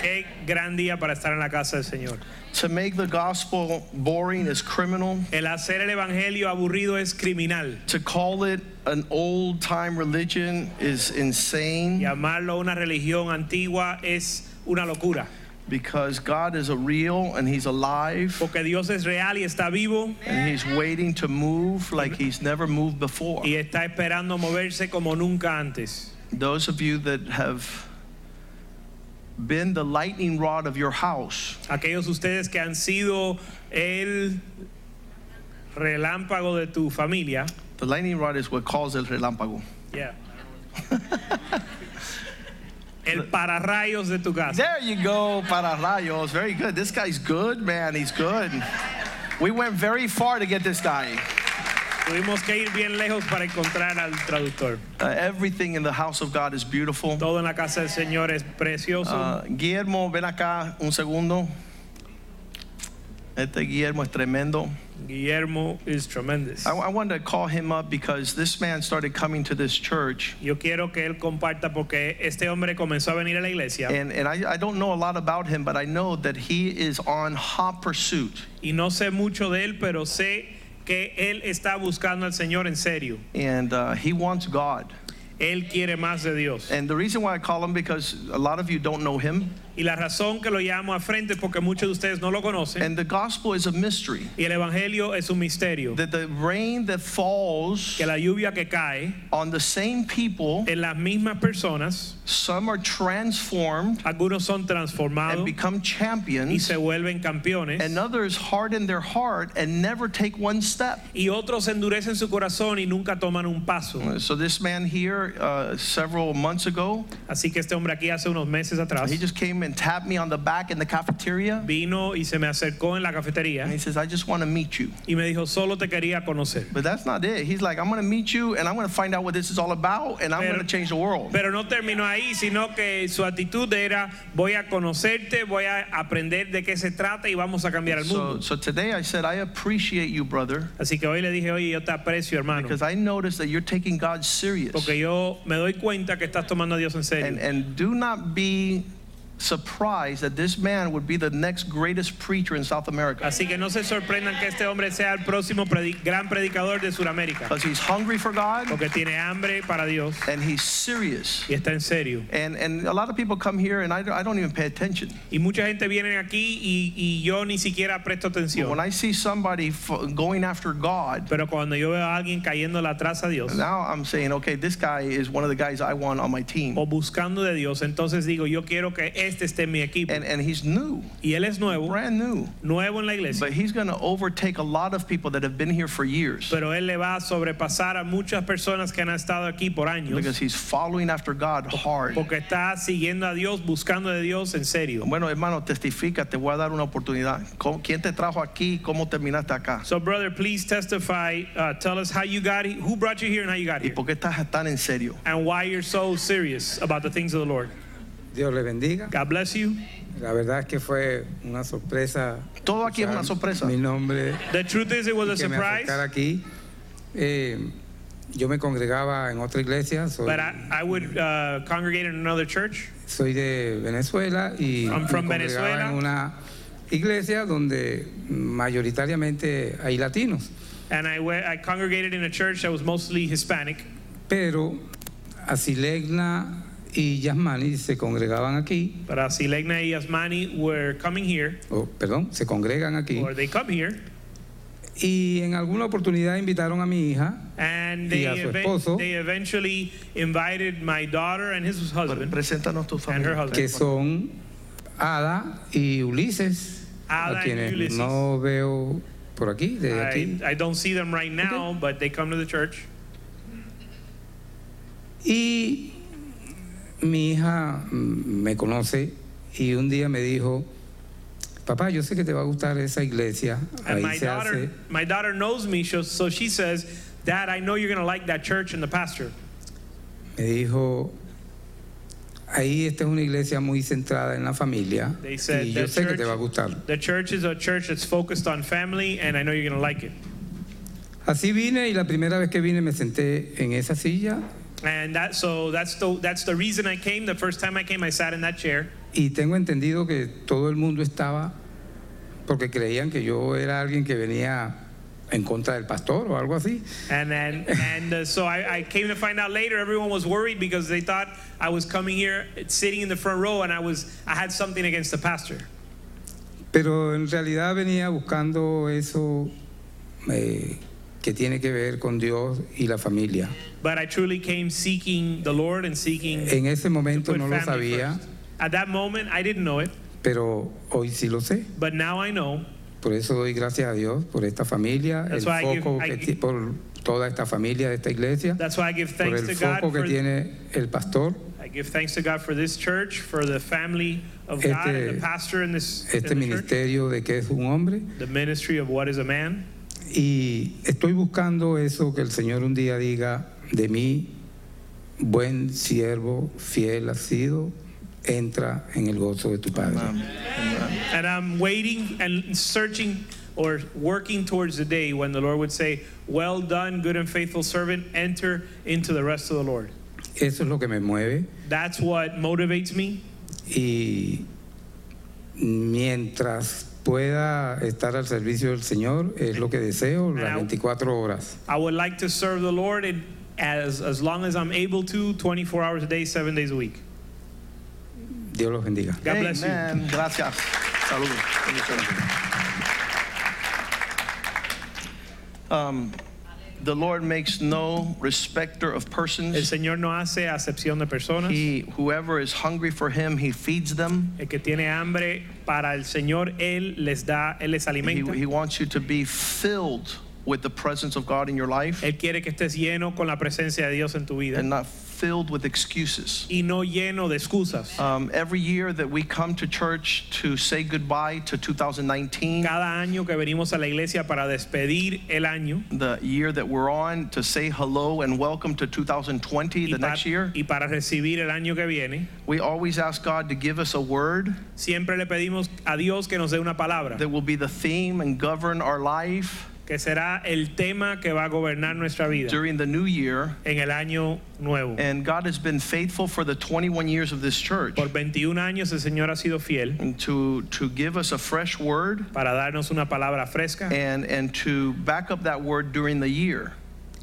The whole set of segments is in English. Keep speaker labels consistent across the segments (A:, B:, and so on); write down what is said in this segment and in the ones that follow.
A: Qué gran día para estar en la casa del Señor.
B: To make the gospel boring is criminal.
A: El hacer el evangelio aburrido es criminal.
B: To call it an old time religion is insane
A: Llamarlo una religión antigua es una locura.
B: because God is a real and He's alive
A: Porque Dios es real y está vivo
B: and He's waiting to move like He's never moved before.
A: y está esperando moverse como nunca antes.
B: Those of you that have been the lightning rod of your house,
A: Aquellos ustedes que han sido el relámpago de tu familia.
B: the lightning rod is what calls el relámpago.
A: Yeah. El pararrayos de tu casa.
B: There you go, para rayos. Very good. This guy's good, man. He's good. We went very far to get this guy.
A: Tuvimos que ir bien lejos para encontrar al traductor.
B: Uh, everything in the house of God is beautiful.
A: Todo en la casa del Señor es precioso.
B: Uh, Guillermo, ven acá un segundo. Este Guillermo es tremendo.
A: Guillermo is tremendous.
B: I, I wanted to call him up because this man started coming to this church.
A: Yo quiero que él comparta porque este hombre comenzó a venir a la iglesia
B: And, and I, I don't know a lot about him, but I know that he is on hot pursuit.
A: y no sé mucho de él, pero sé que él está buscando al Señor en serio.
B: And uh, he wants God.
A: Él quiere más de Dios.
B: And the reason why I call him because a lot of you don't know him.
A: Y la razón que lo llamo a frente es porque muchos de ustedes no lo conocen
B: And the gospel is a mystery.
A: y el evangelio es un misterio.
B: That the rain that falls
A: Que la lluvia que cae
B: on the same people,
A: en las mismas personas,
B: some are transformed
A: algunos son
B: and
A: transformados
B: become
A: y
B: champions,
A: se vuelven campeones
B: and others harden their heart and never take one step.
A: y otros endurecen su corazón y nunca toman un paso.
B: So this man here, uh, several months ago,
A: Así que este hombre aquí hace unos meses atrás
B: he just came and tapped me on the back in the cafeteria,
A: vino y se me acercó en la cafetería
B: and he says, "I just want to meet you."
A: y me dijo, solo te quería conocer.
B: But that's not it. He's like, "I'm going to meet you, and I'm going to find out what this is all about, and I'm
A: Pero-
B: going to change the world."
A: Pero no terminó ahí, sino que su actitud era, voy a conocerte, voy a aprender de qué se trata y vamos a cambiar el
B: So,
A: mundo.
B: so today I said, "I appreciate you, brother."
A: Así que hoy le dije, oye, yo te aprecio, hermano,
B: Because I noticed that you're taking God serious.
A: porque yo me doy cuenta que estás tomando a Dios en
B: And,
A: serio.
B: and do not be surprised that this man would be the next greatest preacher in South America.
A: Así que no se sorprendan que este hombre sea el próximo predi- gran predicador de Sudamérica,
B: Because he's hungry for God
A: porque tiene hambre para Dios
B: and he's serious.
A: y está en serio.
B: And, and a lot of people come here and I, don't- I don't even pay attention.
A: Y mucha gente viene aquí y, y yo ni siquiera presto atención.
B: When I see somebody f- going after God,
A: Pero cuando yo veo a alguien cayendo atrás a Dios
B: now I'm saying, okay, this guy is one of the guys I want on my team.
A: o buscando de Dios, entonces digo, yo quiero que este esté en mi equipo.
B: And, and he's new,
A: Y él es nuevo,
B: brand new.
A: nuevo en la iglesia,
B: But he's going to overtake a lot of people that have been here for years
A: pero él le va a sobrepasar a muchas personas que han estado aquí por
B: because
A: años
B: he's following after God hard.
A: porque está siguiendo a Dios, buscando de Dios en serio.
B: Bueno, hermano, testifica, te voy a dar una oportunidad. ¿Cómo- ¿Quién te trajo aquí? ¿Cómo terminaste acá?
A: So brother, please testify, uh, tell us how you got here, who brought you here and how you got
B: ¿Y
A: here
B: por qué estás tan en serio?
A: and why you're so serious about the things of the Lord.
C: Dios le bendiga.
A: God bless you.
C: La verdad es que fue una sorpresa.
B: Todo aquí es una sorpresa.
C: Mi nombre
A: The truth is it was a
C: que me
A: surprise,
C: acercara aquí. Eh, yo me congregaba en otra iglesia. Soy,
A: but I, I would uh, congregate in another church.
C: soy de Venezuela y
A: I'm
C: me
A: from
C: congregaba
A: Venezuela.
C: en una iglesia donde mayoritariamente hay latinos.
A: And I, we- I congregated in a church that was mostly Hispanic,
C: Pero Asilegna y Yasmani se congregaban aquí.
A: but Asilegna y Yasmani were coming here,
C: o, perdón, se congregan aquí.
A: or they come here,
C: Y en alguna oportunidad invitaron a mi hija
A: and
C: Y
A: they,
C: a su
A: even-
C: esposo.
A: they eventually invited my daughter and his
B: Pre-
A: husband,
B: Preséntanos tu
A: and her
B: familia.
C: que
A: husband.
C: son Ada y Ulises,
A: Ada
C: a
A: y
C: quienes
A: Ulises.
C: no veo por aquí, de
A: I,
C: eh, aquí.
A: I don't see them right now, but they come to the church.
C: Y mi hija mm, me conoce y un día me dijo, papá, yo sé que te va a gustar esa iglesia.
A: And
C: Ahí
A: my
C: se
A: daughter,
C: hace.
A: my daughter knows me, so- so she says, "Dad, I know you're gonna like that church and the pastor."
C: Me dijo, ahí esta es una iglesia muy centrada en la familia.
A: They said
C: Y
A: that
C: yo sé que
A: church-
C: te va a gustar.
A: The church is a church that's focused on family, and I know you're gonna like it.
C: Así vine y la primera vez que vine me senté en esa silla
A: And that, so that's the that's the reason I came. The first time I came, I sat in that chair,
C: y tengo entendido que todo el mundo estaba porque creían que yo era alguien que venía en contra del pastor o algo así.
A: and then and uh, so I, I came to find out later. Everyone was worried because they thought I was coming here, sitting in the front row, and I was I had something against the pastor.
C: Pero en realidad venía buscando eso eh, que tiene que ver con Dios y la familia.
A: But I truly came seeking the Lord and seeking.
C: En ese
A: to
C: momento
A: put
C: no lo
A: Pues family
C: sabía,
A: first. At that moment, I didn't know it,
C: pero hoy sí lo sé.
A: but now I know.
C: Por eso doy gracias a Dios por esta familia,
A: That's why I
C: el
A: give-
C: foco
A: I
C: que
A: give-
C: ti- por toda esta familia de esta iglesia,
A: That's why I give
C: por
A: thanks
C: el
A: to God
C: foco que
A: for
C: tiene el pastor.
A: I give thanks to God for this church, for the family of God, and
C: Este-
A: the pastor in this
C: este
A: in the church,
C: ministerio de que es un hombre
A: the ministry of what is a man.
C: y estoy buscando eso que el Señor un día diga de mí, buen siervo, fiel has sido, entra en el gozo de tu Padre.
A: And I'm waiting and searching or working towards the day when the Lord would say, "Well done, good and faithful servant, enter into the rest of the Lord."
C: Eso es lo que me mueve
A: That's what motivates me.
C: y mientras pueda estar al servicio del Señor, es lo que deseo las 24 horas.
A: I would like to serve the Lord in, as as long as I'm able to, 24 hours a day, 7 days a week.
C: Dios los bendiga.
A: God bless you.
B: Amen. Gracias. Saludos. Um, the Lord makes no respecter of
A: El
B: persons.
A: Señor no hace acepción de personas.
B: He, whoever is hungry for Him, He feeds them.
A: El que tiene hambre para el Señor, Él les da, Él les
B: He,
A: alimenta.
B: he wants you to be filled with the presence of God in your life
A: Él quiere que estés lleno con la presencia de Dios en tu vida
B: and not filled with excuses.
A: y no lleno de excusas.
B: Um, every year that we come to church to say goodbye to 2019,
A: Cada año que venimos a la iglesia para despedir el año
B: the year that we're on, to say hello and welcome to 2020, the
A: y, pa-
B: next year,
A: y para recibir el año que viene,
B: we always ask God to give us a word
A: siempre le pedimos a Dios que nos dé una palabra,
B: that will be the theme and govern our life
A: que será el tema que va a gobernar nuestra vida
B: during the new year.
A: en el año nuevo.
B: And God has been faithful for the 21 years of this church
A: Por 21 años el Señor ha sido fiel
B: and to, to give us a fresh word
A: para darnos una palabra fresca
B: and, and to back up that word during the year.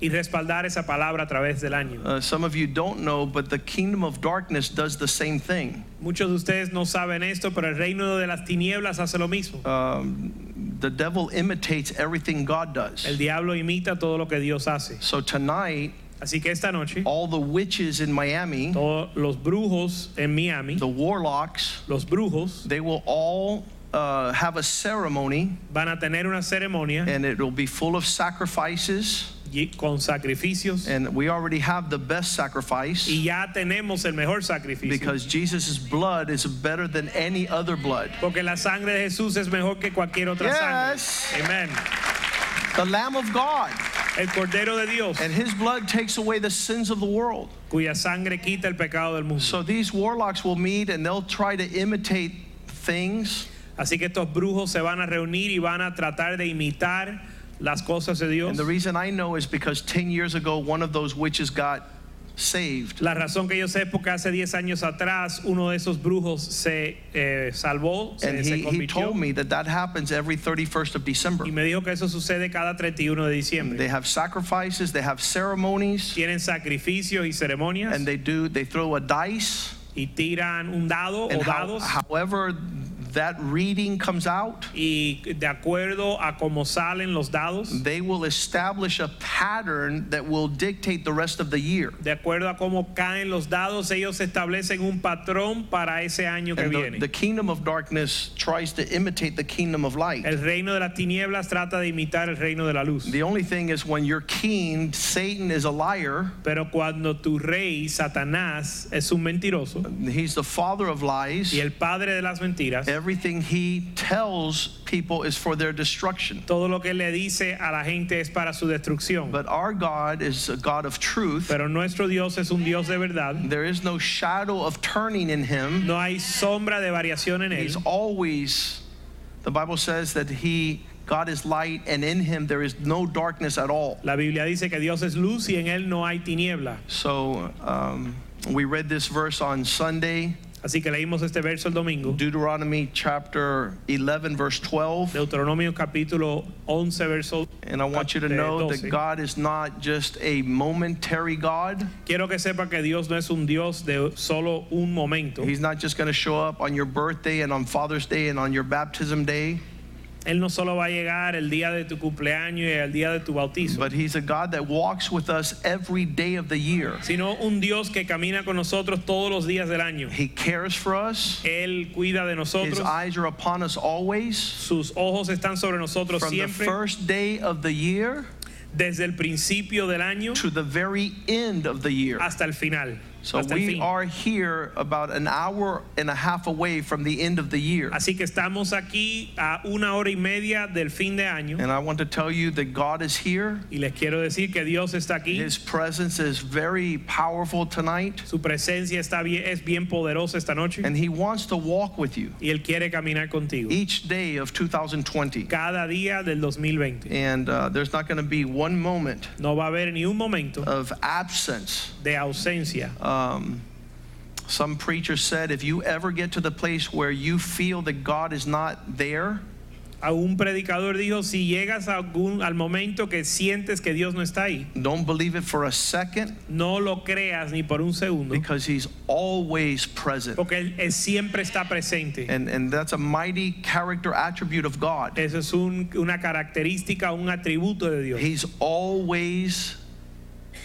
A: y respaldar esa palabra a través del año.
B: Uh, some of you don't know, but the kingdom of darkness does the same thing.
A: Muchos de ustedes no saben esto, pero el reino de las tinieblas hace lo mismo.
B: Uh, The devil imitates everything God
A: El
B: does.
A: diablo imita todo lo que Dios hace.
B: So tonight,
A: Así que esta noche,
B: all the witches in Miami,
A: todos los brujos en Miami,
B: the warlocks,
A: los brujos
B: they will all uh, have a ceremony
A: van a tener una ceremonia
B: and it will be full of sacrifices.
A: y- con sacrificios
B: And we already have the best sacrifice
A: y ya tenemos el mejor sacrificio.
B: because Jesus' blood is better than any other blood.
A: Porque la sangre de Jesús es mejor que cualquier otra
B: Yes.
A: sangre. Amén.
B: The Lamb of God,
A: El Cordero de Dios,
B: and his blood takes away the sins of the world.
A: cuya sangre quita el pecado del mundo.
B: So these warlocks will meet and they'll try to imitate things.
A: Así que estos brujos se van a reunir y van a tratar de imitar las cosas de Dios.
B: And the reason I know is because 10 years ago, one of those witches got saved.
A: La razón que yo sé es porque hace 10 años atrás uno de esos brujos se eh, salvó, se,
B: And
A: se
B: he, he
A: convirtió
B: told me that that happens every 31st of December.
A: y me dijo que eso sucede cada 31 de diciembre.
B: They have sacrifices, they have ceremonies,
A: Tienen sacrificios y ceremonias
B: and they do they throw a dice.
A: y tiran un dado o
B: And how-
A: dados
B: however that reading comes out,
A: y de acuerdo a cómo salen los dados,
B: they will establish a pattern that will dictate the rest of the year.
A: de acuerdo a cómo caen los dados, ellos establecen un patrón para ese año que
B: And the,
A: viene.
B: the kingdom of darkness tries to imitate the kingdom of light.
A: el reino de las tinieblas trata de imitar el reino de la luz.
B: The only thing is when you're keen, Satan is a liar.
A: Pero cuando tu rey, Satanás, es un mentiroso
B: He's the father of lies.
A: y el padre de las mentiras,
B: everything he tells people is for their destruction.
A: Todo lo que le dice a la gente es para su destrucción.
B: But our God is a God of truth.
A: Pero nuestro Dios es un Dios de verdad.
B: There is no shadow of turning in him.
A: No hay sombra de variación en él.
B: He's always, the Bible says that he, God is light, and in him there is no darkness at all.
A: La Biblia dice que Dios es luz y en él no hay tiniebla.
B: So um, we read this verse on Sunday,
A: Así que leímos este verso el domingo.
B: Deuteronomy chapter 11, verse 12.
A: Deuteronomio capítulo 11 verso
B: And I want you to know that
A: 12.
B: God is not just a momentary God.
A: Quiero que sepa que Dios no es un Dios de solo un momento.
B: He's not just going to show up on your birthday and on Father's Day and on your baptism day,
A: Él no solo va a llegar el día de tu cumpleaños y el día de tu bautizo,
B: but He's a God that walks with us every day of the year.
A: sino un Dios que camina con nosotros todos los días del año.
B: He cares for us.
A: Él cuida de
B: His
A: nosotros,
B: eyes are upon us always.
A: sus ojos están sobre nosotros
B: From the
A: siempre,
B: first day of the year
A: desde el principio del año
B: to the very end of the year.
A: hasta el final.
B: So
A: hasta el
B: we
A: fin.
B: are here about an hour and a half away from the end of the year.
A: Así que estamos aquí a una hora y media del fin de año
B: And I want to tell you that God is here.
A: y les quiero decir que Dios está aquí.
B: His presence is very powerful tonight,
A: Su presencia está bien, es bien poderosa esta noche
B: and He wants to walk with you.
A: y Él quiere caminar contigo
B: each day of 2020.
A: cada día del 2020.
B: And uh, there's not going to be one moment
A: No va a haber ni un momento
B: of absence.
A: de ausencia.
B: Um, some preacher said, if you ever get to the place where you feel that God is not there,
A: A un predicador dijo, si llegas a algún, al momento que sientes que Dios no está ahí,
B: don't believe it for a second
A: no lo creas ni por un segundo,
B: because He's always present.
A: porque Él, Él siempre está presente.
B: And, and that's a mighty character attribute of God.
A: Eso es un- una característica, un atributo de Dios.
B: He's always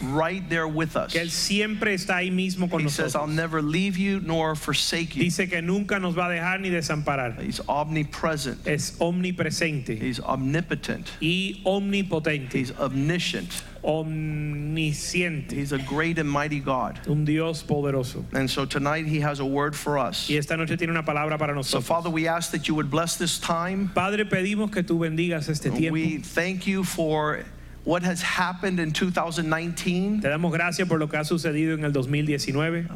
B: right there with us.
A: Que Él siempre está ahí mismo con
B: He says, I'll
A: nosotros.
B: never leave you nor forsake you.
A: Dice que nunca nos va a dejar ni desamparar.
B: He's omnipresent.
A: Es omnipresente
B: He's omnipotent.
A: y omnipotente,
B: He's omniscient.
A: omnisciente,
B: He's a great and mighty God.
A: un Dios poderoso.
B: And so tonight he has a word for us.
A: Y esta noche tiene una palabra para
B: So,
A: nosotros.
B: Father, we ask that you would bless this time.
A: Padre, pedimos que tú bendigas este tiempo.
B: We thank you for what has happened in 2019,
A: Te damos gracias por lo que ha sucedido en el 2019,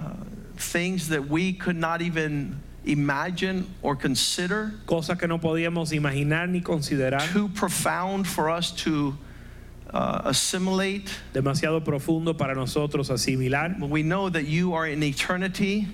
B: things that we could not even imagine or consider,
A: cosas que no podíamos imaginar ni considerar,
B: too profound for us to uh, assimilate.
A: demasiado profundo para nosotros asimilar.
B: But we know that you are in eternity,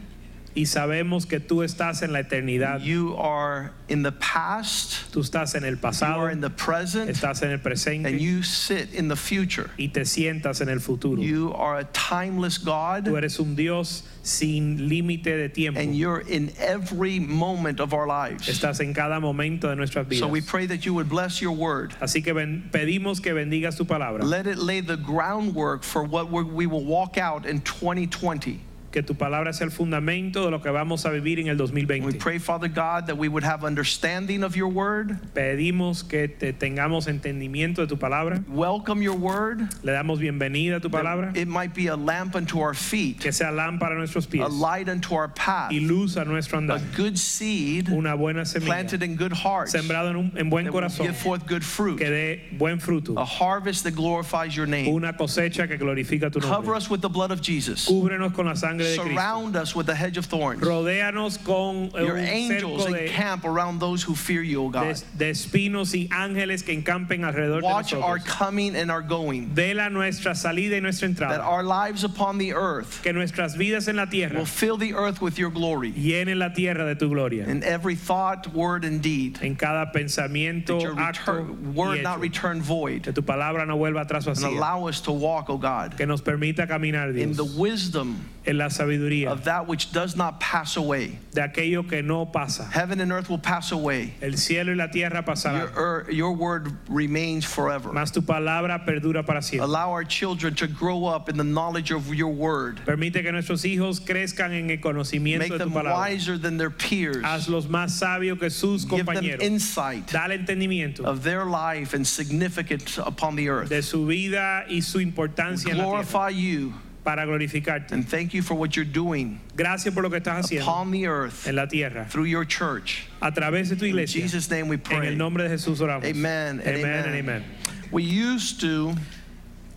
A: Y sabemos que tú estás en la eternidad,
B: you are in the past,
A: tú estás en el
B: you
A: pasado,
B: are in the present,
A: estás en el
B: and
A: presente
B: you sit in the future.
A: y te sientas en el futuro.
B: You are a timeless
A: Tú
B: God,
A: eres un Dios sin límite de tiempo.
B: and you're in every moment of our lives.
A: Estás en cada momento de nuestras
B: So
A: vidas.
B: we pray that you would bless your word.
A: Así que ben- pedimos que bendigas tu palabra,
B: Let it lay the groundwork for what we- we will walk out in 2020.
A: que tu palabra sea el fundamento de lo que vamos a vivir en el
B: We
A: 2020.
B: pray, Father God, that we would have understanding of your word,
A: Pedimos que te tengamos entendimiento de tu palabra.
B: welcome your word.
A: Le damos bienvenida a tu palabra.
B: It might be a lamp unto our feet,
A: Que sea lámpara a nuestros pies
B: a light unto our path,
A: y luz a nuestro
B: a
A: andar.
B: good seed
A: Una buena semilla
B: planted in good hearts
A: sembrada en, un, en buen
B: that will
A: corazón
B: give forth good fruit,
A: que dé buen fruto.
B: a harvest that glorifies your name.
A: Una cosecha que glorifica tu
B: Cover
A: nombre.
B: us with the blood of Jesus.
A: Cúbrenos con la sangre de Cristo.
B: Surround us with the hedge of thorns.
A: Rodéanos con eh,
B: Your
A: un
B: angels
A: cerco de,
B: encamp around those who fear you, O
A: de-
B: God.
A: de espinos y ángeles que encampen alrededor de
B: Watch our
A: nosotros.
B: coming and our going,
A: Vela nuestra salida y nuestra
B: that
A: entrada.
B: our lives upon the earth
A: Que nuestras vidas en la tierra
B: will fill the earth with your glory
A: llenen la tierra de tu gloria.
B: in every thought, word, and deed.
A: en cada pensamiento,
B: That your
A: acto
B: return,
A: y
B: word
A: hecho.
B: not return
A: que
B: void,
A: tu palabra no vuelva atrás
B: and
A: vacía,
B: allow us to walk, O God,
A: que nos permita caminar
B: in
A: Dios
B: the wisdom
A: en la sabiduría
B: of that which does not pass away.
A: de aquello que no pasa.
B: Heaven and earth will pass away.
A: El cielo y la tierra
B: Your,
A: pasarán,
B: er- your word remains forever.
A: mas tu palabra perdura para siempre.
B: Allow our children to grow up in the knowledge of your word.
A: Permite que nuestros hijos crezcan en el
B: Make
A: conocimiento de
B: them
A: tu palabra.
B: wiser than their peers.
A: Hazlos más sabios que sus
B: Give them
A: compañeros.
B: insight
A: Dale entendimiento
B: of their life and significance upon the earth.
A: de su vida y su importancia en la tierra.
B: Glorify you
A: para glorificarte.
B: And thank you for what you're doing
A: Gracias por lo que estás haciendo
B: upon the earth
A: en la tierra,
B: through your church.
A: a través de tu
B: In
A: iglesia.
B: Jesus' name we
A: En el
B: pray.
A: nombre de Jesús oramos.
B: Amen. and
A: Amen and amen.
B: We used to,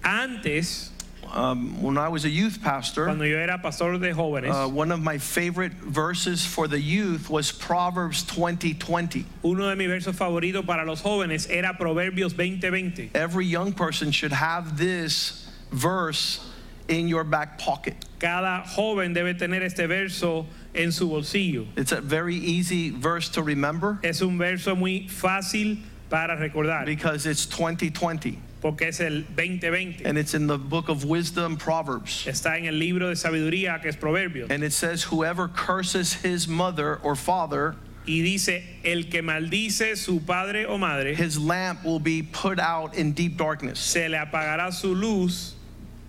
A: Antes,
B: um, when I was a youth pastor,
A: cuando yo era pastor de jóvenes,
B: uh, one of my favorite verses for the youth was Proverbs 20 20.
A: uno de mis versos favoritos para los jóvenes era Proverbios 20:20.
B: Every young person should have this verse in your back pocket.
A: Cada joven debe tener este verso en su bolsillo.
B: It's a very easy verse to remember
A: Es un verso muy fácil para recordar
B: because it's 2020
A: porque es el 20:20.
B: and it's in the book of wisdom Proverbs.
A: Está en el libro de sabiduría que es Proverbios
B: And it says, Whoever curses his mother or father,
A: y dice, el que maldice su padre o madre
B: his lamp will be put out in deep darkness.
A: se le apagará su luz,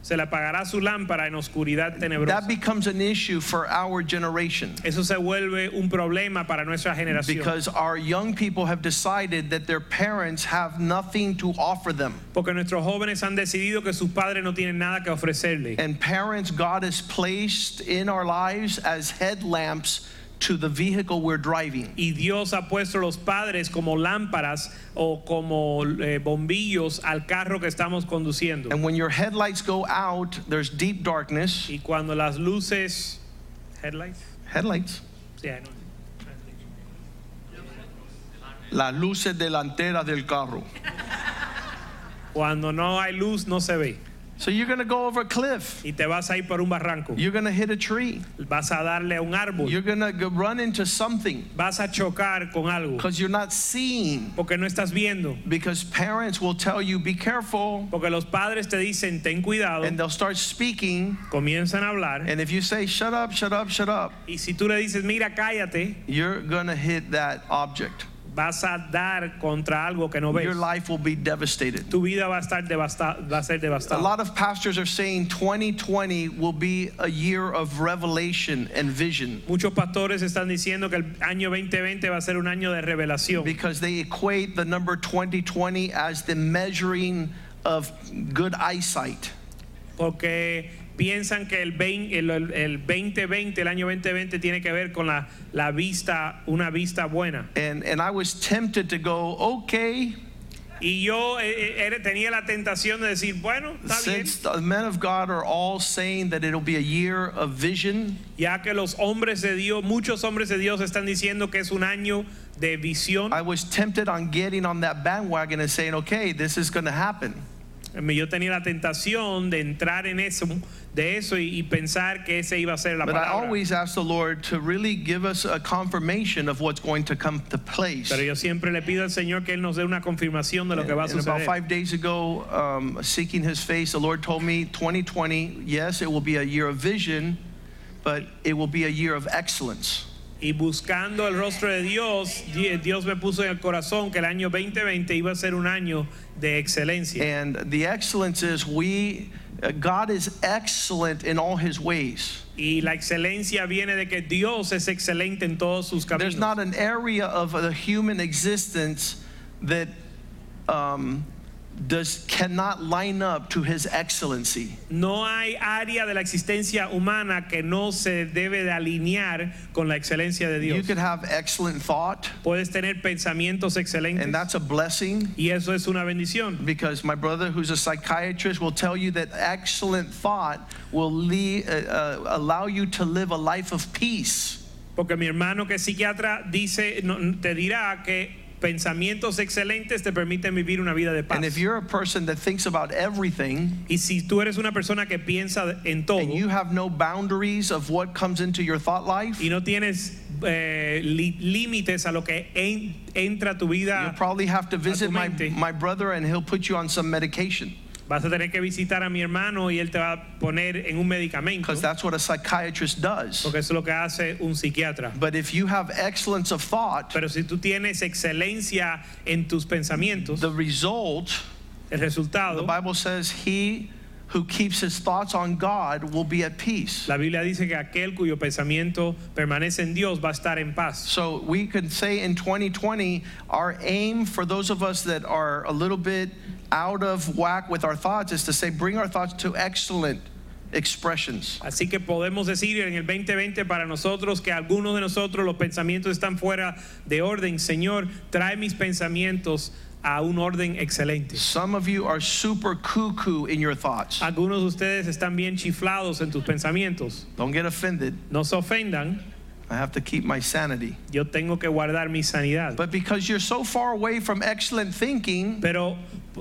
A: se le apagará su lámpara en oscuridad tenebrosa.
B: That becomes an issue for our generation
A: Eso se vuelve un problema para nuestra generación.
B: because our young people have decided that their parents have nothing to offer them.
A: Porque nuestros jóvenes han decidido que sus padres no tienen nada que ofrecerle.
B: And parents, God has placed in our lives as headlamps to the vehicle we're driving.
A: Y Dios ha puesto los padres como lámparas o como eh, bombillos al carro que estamos conduciendo.
B: And when your headlights go out, there's deep darkness.
A: Y cuando las luces... Headlights?
B: Headlights.
A: Sí, I know.
B: Las luces delanteras del carro.
A: Cuando no hay luz no se ve.
B: So you're going to go over a cliff.
A: Y te vas a ir por un barranco.
B: You're going to hit a tree.
A: Vas a darle a un árbol.
B: You're going to run into something
A: Vas a chocar con algo.
B: because you're not seeing.
A: Porque no estás viendo.
B: Because parents will tell you, be careful.
A: Porque los padres te dicen, ten cuidado.
B: And they'll start speaking.
A: Comienzan a hablar.
B: And if you say, shut up, shut up, shut up,
A: Y si tú le dices, mira, cállate,
B: you're going to hit that object.
A: vas a dar contra algo que no ves.
B: Your life will be devastated.
A: Tu vida va a estar devasta- va a ser
B: A
A: devastada.
B: lot of pastors are saying 2020 will be a year of revelation and vision
A: Muchos pastores están diciendo que el año 2020 va a ser un año de revelación,
B: because they equate the number 2020 as the measuring of good eyesight.
A: porque piensan que el, vein- el, el- el 2020, el año 2020 tiene que ver con la, la vista, una vista buena.
B: And, and I was tempted to go, okay,
A: Y yo eh, eh, era- tenía la tentación de decir, bueno, está bien,
B: since the men of God are all saying that it'll be a year of vision,
A: ya que los hombres de Dios, muchos hombres de Dios están diciendo que es un año de visión.
B: I was tempted on getting on that bandwagon and saying, okay, this is going to happen.
A: Yo tenía la tentación de entrar en eso, de eso y, y pensar que ese iba a ser la
B: But I
A: palabra.
B: always ask the Lord to really give us a confirmation of what's going to come to place.
A: Pero yo siempre le pido al Señor que Él nos dé una confirmación de lo que va a
B: And about
A: suceder.
B: five days ago, um, seeking his face, the Lord told me 2020, yes, it will be a year of vision, but it will be a year of excellence.
A: Y buscando el rostro de Dios, di- Dios me puso en el corazón que el año 2020 iba a ser un año de excelencia.
B: And the excellence is we, uh, God is excellent in all his ways.
A: Y la excelencia viene de que Dios es excelente en todos sus
B: There's
A: caminos.
B: not an area of the human existence that um, does, cannot line up to his excellency.
A: No hay área de la existencia humana que no se debe de alinear con la excelencia de
B: You
A: Dios.
B: could have excellent thought,
A: Puedes tener pensamientos excelentes
B: and that's a blessing.
A: y eso es una bendición.
B: because my brother who's a psychiatrist will tell you that excellent thought will lea- uh, uh, allow you to live a life of peace
A: Porque mi hermano que es psiquiatra dice, no, te dirá que pensamientos excelentes te permiten vivir una vida de paz.
B: and if you're a person that thinks about everything
A: Y si tú eres una persona que piensa en todo
B: and you have no boundaries of what comes into your thought life
A: Oh. y no tienes eh, li- límites a lo que en- entra a tu
B: you'll
A: vida,
B: probably have to visit my,
A: Argumente.
B: my brother and he'll put you on some medication
A: vas a tener que visitar a mi hermano y él te va a poner en un medicamento,
B: because that's what a psychiatrist does
A: porque eso es lo que hace un psiquiatra.
B: but if you have excellence of thought
A: Pero si tú tienes excelencia en tus pensamientos,
B: the result
A: el
B: the
A: resultado,
B: bible says he who keeps his thoughts on god will be at peace
A: la Biblia dice que aquel cuyo pensamiento permanece en Dios va a estar en paz.
B: So we could say in 2020, our aim for those of us that are a little bit out of whack with our thoughts is to say, bring our thoughts to excellent expressions.
A: Así que podemos decir en el 2020 para nosotros que algunos de nosotros los pensamientos están fuera de orden. Señor, trae mis pensamientos a un orden excelente.
B: Some of you are super cuckoo in your thoughts.
A: Algunos de ustedes están bien chiflados en tus pensamientos.
B: Don't get offended.
A: No se ofendan,
B: I have to keep my sanity.
A: yo tengo que guardar mi sanidad.
B: But because you're so far away from excellent thinking,
A: Pero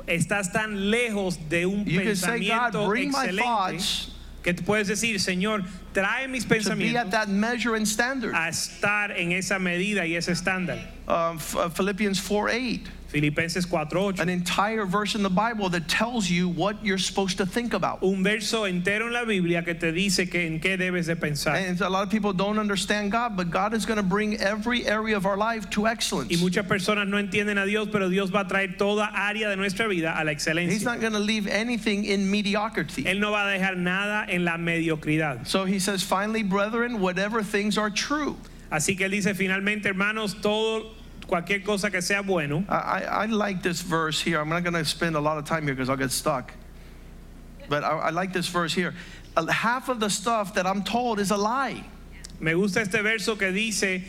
A: estás tan lejos de un
B: you can say, God,
A: pensamiento
B: bring my
A: excelente
B: thoughts
A: que tú puedes decir, Señor, trae mis
B: to be at
A: pensamientos
B: that measure and standard.
A: a estar en esa medida y ese estándar.
B: Um, Ph- uh, Philippians 4 8,
A: Filipenses 4:8.
B: an entire verse in the Bible that tells you what you're supposed to think about.
A: un verso entero en la Biblia que te dice que en qué debes de pensar.
B: And a lot of people don't understand God, but God is going to bring every area of our life to excellence.
A: Y muchas personas no entienden a Dios, pero Dios va a traer toda área de nuestra vida a la
B: He's
A: excelencia.
B: not going to leave anything in mediocrity.
A: Él no va a dejar nada en la mediocridad.
B: So he says, finally, brethren, whatever things are true.
A: Así que él dice finalmente, hermanos, todo cualquier cosa que sea bueno.
B: I, I, I like this verse here. I'm not going to spend a lot of time here because I'll get stuck. But I, I like this verse here. Uh, Half of the stuff that I'm told is a lie.
A: Me gusta este verso que dice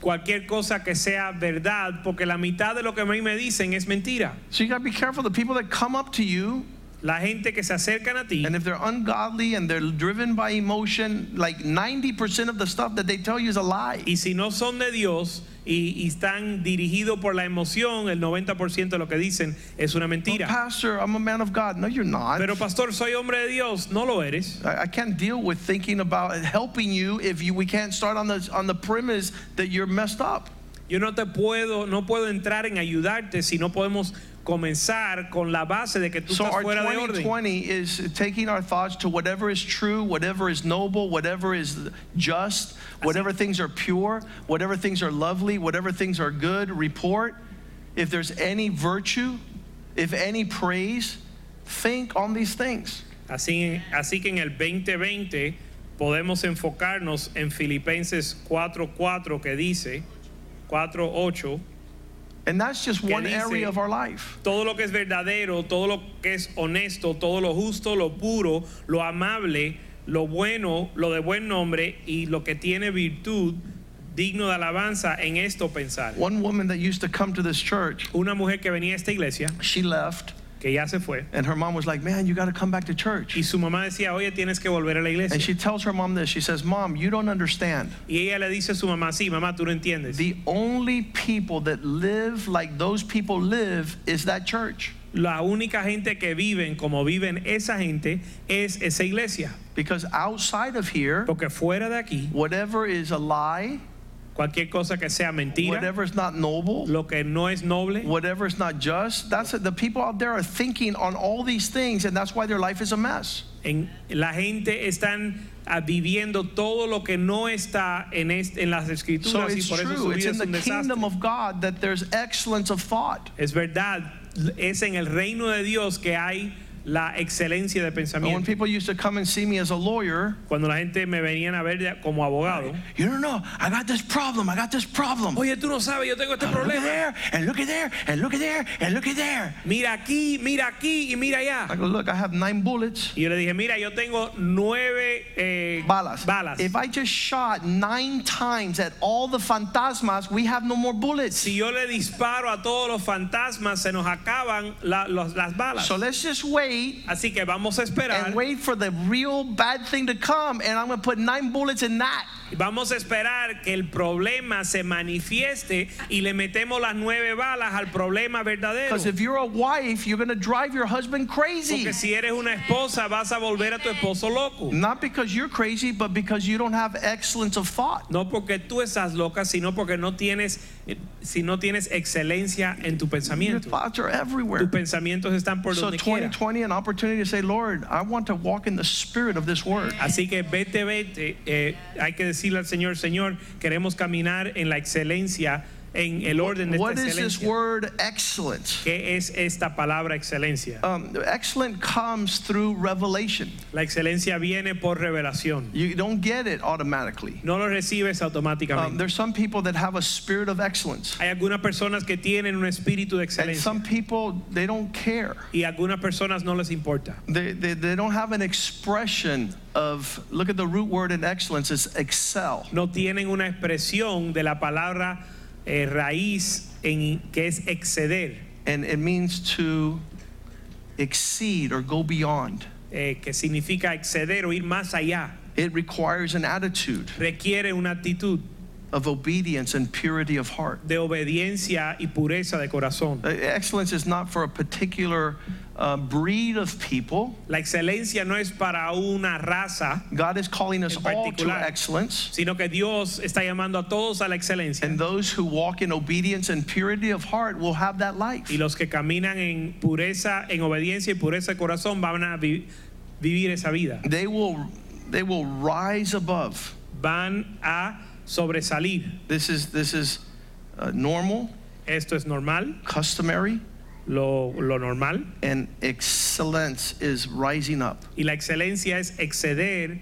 A: cualquier cosa que sea verdad, porque la mitad de lo que a mí me dicen es mentira.
B: So you got to be careful. The people that come up to you,
A: La gente que se acercan a ti
B: and if they're ungodly and they're driven by emotion, like 90% of the stuff that they tell you is a lie.
A: Y si no son de Dios y, y están dirigidos por la emoción, el 90% de lo que dicen es una
B: Well,
A: mentira.
B: Pastor, I'm a man of God. No, you're not.
A: Pero pastor, soy hombre de Dios, no lo eres.
B: I I can't deal with thinking about helping you if you, we can't start on the, on the premise that you're messed up.
A: Yo no te puedo, no puedo entrar en ayudarte si no podemos comenzar con la base de que tú
B: So
A: estás
B: our
A: fuera de orden.
B: 2020 is taking our thoughts to whatever is true, whatever is noble, whatever is just, whatever things are pure, whatever things are lovely, whatever things are good, report. If there's any virtue, if any praise, think on these things.
A: Así, así que en el 2020 podemos enfocarnos en Filipenses 4:4 que dice 4:8
B: And that's just
A: Que
B: one
A: dice-
B: area of our life.
A: todo lo que es verdadero, todo lo que es honesto, todo lo justo, lo puro, lo amable, lo bueno, lo de buen nombre y lo que tiene virtud, digno de alabanza, en esto pensar.
B: One woman that used to come to this church,
A: Una mujer que venía a esta iglesia,
B: she left,
A: que ya se fue,
B: and her mom was like, Man, you got to come back to church.
A: y su mamá decía, oye, tienes que volver a la
B: And
A: iglesia.
B: she tells her mom this. She says, Mom, you don't understand.
A: Y ella le dice a su mamá, sí, mamá, tú no entiendes.
B: The only people that live like those people live is that church
A: La única gente que viven como viven esa gente es esa iglesia.
B: because outside of here,
A: Porque fuera de aquí,
B: whatever is a lie,
A: cualquier cosa que sea mentira,
B: whatever is not noble,
A: lo que no es noble,
B: whatever is not just, that's the people out there are thinking on all these things, and that's why their life is a mess.
A: En, la gente están ah, viviendo todo lo que no está en, est- en las
B: So
A: escrituras y
B: it's
A: por eso su
B: true. It's
A: vida
B: in
A: es
B: the
A: un desastre.
B: kingdom of God that there's excellence of thought.
A: Es verdad, es en el reino de Dios que hay la excelencia de
B: And when
A: pensamiento.
B: people used to come and see me as a lawyer,
A: Cuando la gente me venían a ver de- como abogado,
B: you don't know, I got this problem, I got this problem.
A: oye, tú no sabes, yo tengo este
B: Look at
A: problema.
B: there, and look at there, and look at there, and look at there.
A: Mira aquí, mira aquí y mira allá.
B: I go, look, I have nine bullets.
A: Y yo le dije, mira, yo tengo nueve eh,
B: Balas.
A: balas.
B: If I just shot nine times at all the fantasmas, we have no more bullets.
A: Si yo le disparo a todos los fantasmas, se nos acaban la- los- las balas.
B: So let's just wait
A: Así que vamos a esperar.
B: and wait for the real bad thing to come, and I'm gonna put nine bullets in that.
A: Vamos a esperar que el problema se manifieste y le metemos las nueve balas al problema verdadero.
B: Because if you're a wife, you're gonna drive your husband crazy.
A: Porque si eres una esposa, vas a volver a tu esposo loco.
B: Not because you're crazy, but because you don't have excellence of thought.
A: No porque tú estás loca, sino porque no tienes, eh, si no tienes excelencia en tu
B: Your
A: pensamiento.
B: thoughts are
A: Tus
B: everywhere.
A: pensamientos están por
B: So
A: donde quiera.
B: 2020, an opportunity to say, Lord, I want to walk in the spirit of this word.
A: Así que vete, vete. eh, hay que decirle al Señor, Señor, queremos caminar en la excelencia, en el orden de
B: What
A: esta
B: is this
A: excelencia.
B: word excellent?
A: ¿Qué es esta palabra excelencia?
B: Um, excellent comes through revelation.
A: La excelencia viene por revelación.
B: You don't get it automatically.
A: No lo recibes
B: Um,
A: automáticamente.
B: there's some people that have a spirit of excellence,
A: Hay algunas personas que tienen un espíritu de
B: and
A: excelencia
B: some people they don't care.
A: y algunas personas no les importa.
B: They, they, they don't have an expression of, look at the root word in excellence, it's excel.
A: No tienen una expresión de la palabra eh, raíz en, que es exceder,
B: And it means to exceed or go beyond.
A: eh, que significa exceder o ir más allá.
B: It requires an attitude
A: Requiere una actitud
B: of obedience and purity of heart.
A: de obediencia y pureza de corazón.
B: Uh, Excellence is not for a particular uh, breed of people.
A: La excelencia no es para una raza,
B: God is calling us
A: En
B: all to
A: particular.
B: excellence.
A: sino que Dios está llamando a todos a la excelencia.
B: And those who walk in obedience and purity of heart will have that life.
A: Y los que caminan en pureza, en obediencia y pureza de corazón van a vi- vivir esa vida.
B: They will, they will rise above.
A: Van a sobresalir.
B: This is, this is uh, normal,
A: Esto es normal,
B: customary,
A: lo, lo normal.
B: and excellence is rising up.
A: Y la excelencia es exceder,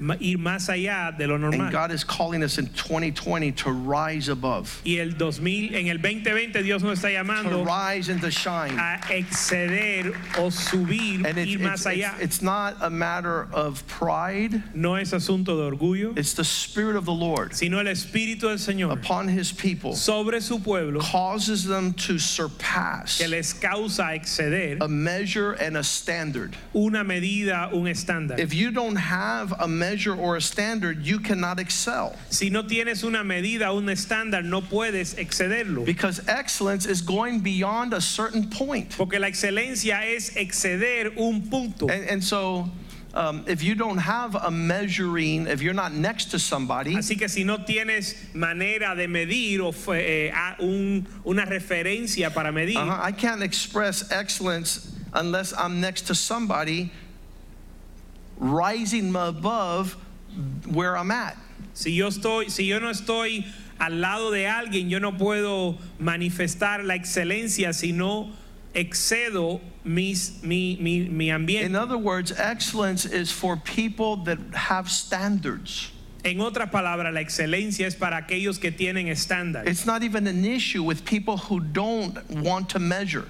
A: ma- ir más allá de lo
B: And
A: normal.
B: God is calling us in 2020 to rise above,
A: Y el 2000, en el 2020 Dios nos está
B: to
A: llamando
B: rise and to shine.
A: a exceder o subir,
B: And it's,
A: ir
B: it's,
A: más allá.
B: it's, it's not a matter of pride,
A: No es asunto de orgullo,
B: it's the Spirit of the Lord
A: sino el Espíritu del Señor
B: upon His people
A: sobre su pueblo
B: causes them to surpass
A: que les causa exceder
B: a measure and a standard.
A: una medida, un estándar.
B: If you don't have a measure or a standard, you cannot excel
A: Si no tienes una medida, un estándar, no puedes excederlo.
B: because excellence is going beyond a certain point.
A: Porque la excelencia es exceder un punto.
B: And, and so, um, if you don't have a measuring, if you're not next to somebody,
A: Así que si no tienes manera de medir o fe- eh, a- un- una referencia para medir,
B: uh-huh, I can't express excellence unless I'm next to somebody rising above where I'm at.
A: si yo estoy, si yo no estoy al lado de alguien, yo no puedo manifestar la excelencia si no excedo mis, mi, mi, mi
B: In
A: ambiente.
B: other words, excellence is for people that have standards.
A: En otras palabras, la excelencia es para aquellos que tienen estándar.
B: It's not even an issue with people who don't want to measure.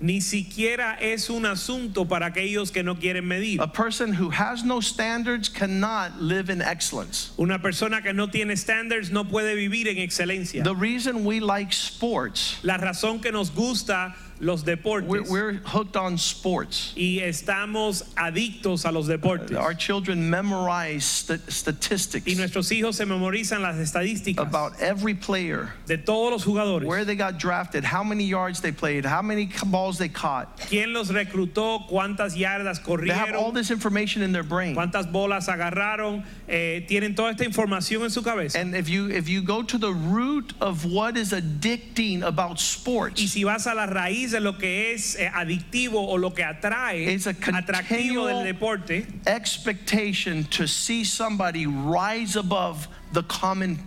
A: Ni siquiera es un asunto para aquellos que no quieren medir.
B: A person who has no standards cannot live in excellence.
A: Una persona que no tiene estándares no puede vivir en excelencia.
B: The reason we like sports,
A: La razón que nos gusta los
B: we're,
A: deportes
B: we're hooked on sports.
A: y estamos adictos a los deportes.
B: Our children memorize st- statistics
A: Y nuestros hijos se memorizan las estadísticas
B: about every player,
A: de todos los jugadores.
B: where they got drafted, how many yards they played, how many c- balls they caught.
A: ¿Quién los reclutó? ¿Cuántas yardas
B: They have all
A: corrieron?
B: this information in their brain.
A: ¿Cuántas bolas agarraron? Eh, tienen toda esta información en su cabeza.
B: And if you if you go to the root of what is addicting about
A: Y
B: sports,
A: si vas a la raíz de lo que es eh, adictivo o lo que atrae,
B: It's a
A: atractivo
B: continual-
A: del deporte,
B: expectation to see somebody rise above the common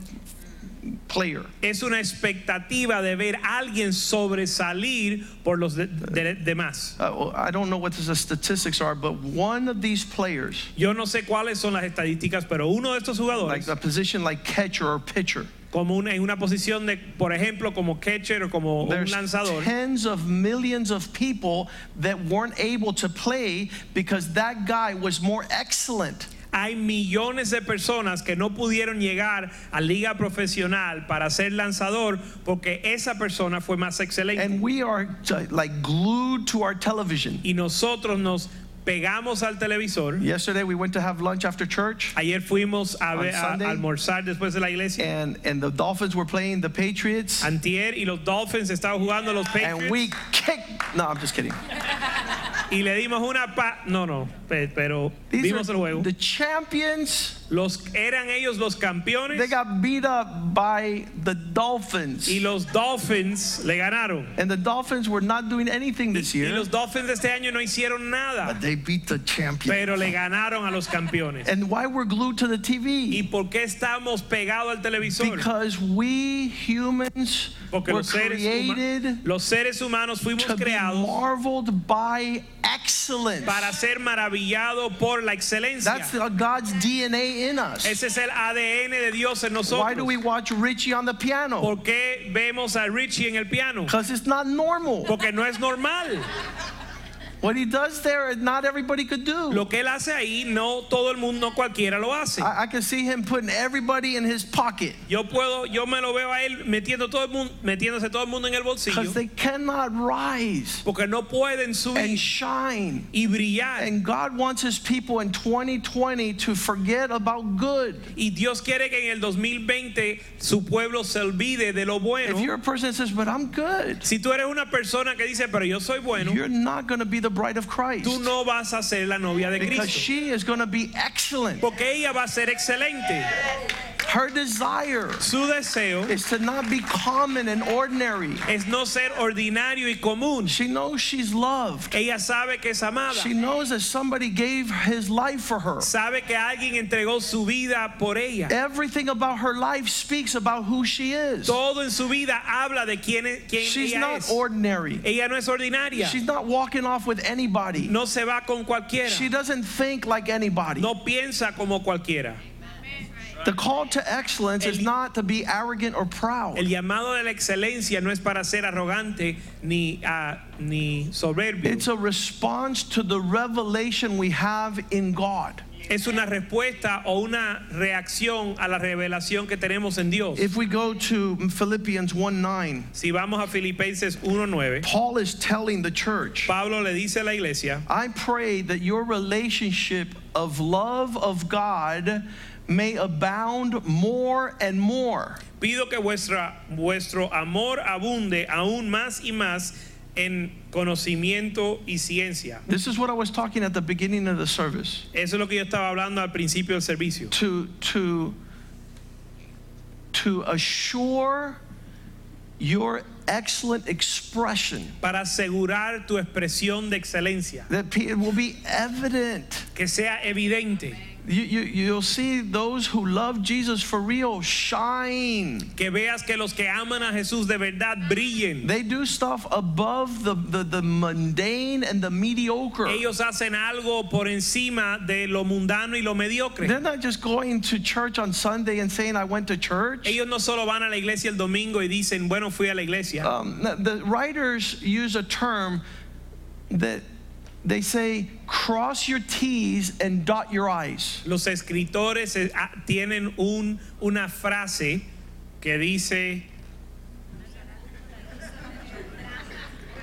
B: player.
A: es una expectativa de ver a alguien sobresalir por los de- de- demás.
B: Uh, well, I don't know what the statistics are, but one of these players,
A: Yo no sé cuáles son las estadísticas, pero uno de estos
B: like
A: jugadores,
B: a position like catcher or pitcher,
A: como una- en una posición de, por ejemplo, como catcher o como un
B: there's
A: lanzador,
B: tens of millions of people that weren't able to play because that guy was more excellent.
A: hay millones de personas que no pudieron llegar a liga profesional para ser lanzador porque esa persona fue más excelente.
B: And we are uh, like glued to our television.
A: Y nosotros nos pegamos al televisor.
B: Yesterday we went to have lunch after church
A: Ayer fuimos a,
B: On
A: ver- a- a
B: Sunday.
A: almorzar después de la iglesia.
B: and and the Dolphins were playing the Patriots
A: Antier y los Dolphins estaban jugando los
B: and
A: Patriots
B: we kicked No, I'm just kidding.
A: y le dimos una pa no no pe- pero
B: These
A: vimos el
B: are
A: juego
B: the champions
A: Los, eran ellos los campeones
B: They got beat up by the Dolphins.
A: y los Dolphins le ganaron.
B: And the Dolphins were not doing anything this
A: Y
B: year,
A: los Dolphins de este año no hicieron nada,
B: but they beat the champion.
A: pero le ganaron a los campeones.
B: And why we're glued to the
A: ¿Y
B: TV?
A: por qué estamos pegados al televisor?
B: Because we humans
A: Porque
B: were
A: los seres, huma-
B: created
A: los seres humanos fuimos
B: to be
A: creados
B: marveled by excellence.
A: para ser maravillados por la excelencia.
B: That's the- God's DNA in us.
A: Ese es el ADN de Dios
B: Why do
A: en nosotros.
B: we watch Richie on the piano?
A: ¿Por qué vemos a Richie en el piano?
B: Because it's not normal.
A: Porque no es normal.
B: What he does there, not everybody could do.
A: Lo que él hace ahí, no todo el mundo, no cualquiera lo hace.
B: I, I can see him putting everybody in his pocket
A: Yo puedo, yo me lo veo a él metiendo todo el mundo, metiéndose todo el mundo en el bolsillo,
B: because they cannot rise
A: porque no pueden
B: and
A: subir
B: shine.
A: y brillar.
B: And God wants his people in 2020 to forget about good.
A: Y Dios quiere que en el 2020 su pueblo se olvide de lo
B: If you're
A: bueno.
B: a person that says, but I'm good,
A: Si tú eres una persona que dice, pero yo soy bueno,
B: you're not going to be the bride of Christ.
A: tú no vas a ser la novia de
B: Because
A: Cristo,
B: she is going to be excellent.
A: porque ella va a ser excelente.
B: Her desire
A: Su deseo
B: is to not be common and ordinary.
A: es no ser ordinario y común.
B: She knows she's loved.
A: Ella sabe que es amada.
B: She knows that somebody gave his life for her.
A: Sabe que alguien entregó su vida por ella.
B: Everything about her life speaks about who she is.
A: Todo en su vida habla de quién, es- quién
B: She's
A: ella
B: not
A: es.
B: ordinary.
A: Ella no es ordinaria.
B: She's not walking off with anybody.
A: No se va con cualquiera.
B: She doesn't think like anybody.
A: No piensa como cualquiera.
B: The call to excellence is not to be arrogant or
A: El
B: proud.
A: llamado de la excelencia no es para ser arrogante ni, ah, ni soberbio.
B: It's a response to the revelation we have in God.
A: es una respuesta o una reacción a la revelación que tenemos en Dios.
B: If we go to Philippians 1 9,
A: si vamos a Filipenses 1.9,
B: Paul is telling the church,
A: Pablo le dice a la iglesia,
B: I pray that your relationship of love of God may abound more and more
A: Pido que vuestra, vuestro amor abunde aún más y más en conocimiento y ciencia.
B: This is what I was talking at the beginning of the service.
A: Eso es lo que yo estaba hablando al principio del servicio.
B: To to to assure your excellent expression
A: Para asegurar tu expresión de excelencia,
B: that pe- it will be evident.
A: que sea evidente,
B: You, you, you'll see those who love Jesus for real shine.
A: que veas que los que aman a Jesús de verdad brillen.
B: They do stuff above the, the, the mundane and the mediocre.
A: Ellos hacen algo por encima de lo mundano y lo mediocre.
B: They're not just going to church on Sunday and saying, I went to church.
A: Ellos no solo van a la iglesia el domingo y dicen, bueno, fui a la iglesia.
B: Um, the- the writers use a term that they say, cross your T's and dot your I's.
A: Los escritores eh, ah, tienen un, una frase que dice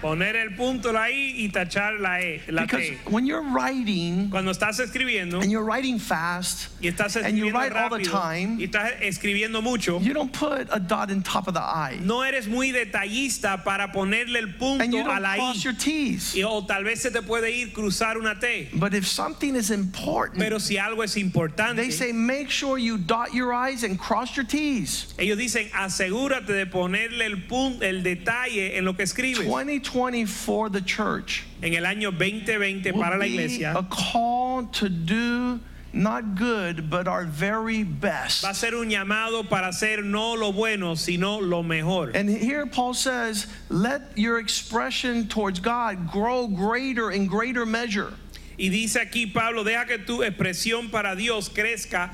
A: poner el punto la I y tachar la E, la
B: Because
A: T.
B: when you're writing
A: Cuando estás escribiendo
B: and you're writing fast,
A: y estás
B: and you
A: escribiendo
B: write all the
A: rápido
B: time,
A: y estás escribiendo mucho,
B: you don't put a dot in top of the I.
A: no eres muy detallista para ponerle el
B: And you
A: punto a
B: don't
A: la
B: cross
A: I.
B: your T's.
A: Y- o tal vez se te puede ir cruzar una T.
B: But if something is important,
A: Pero si algo es
B: they
A: importante,
B: say make sure you dot your I's and cross your T's.
A: ellos dicen asegúrate de ponerle el punto, el detalle en lo que escribes.
B: 2020 for the church
A: en el año 2020
B: will
A: para la
B: be
A: iglesia
B: a call to do not good, but our very best.
A: va a ser un llamado para hacer no lo bueno, sino lo mejor.
B: And here Paul says, let your expression towards God grow greater and greater measure.
A: Y dice aquí Pablo, deja que tu expresión para Dios crezca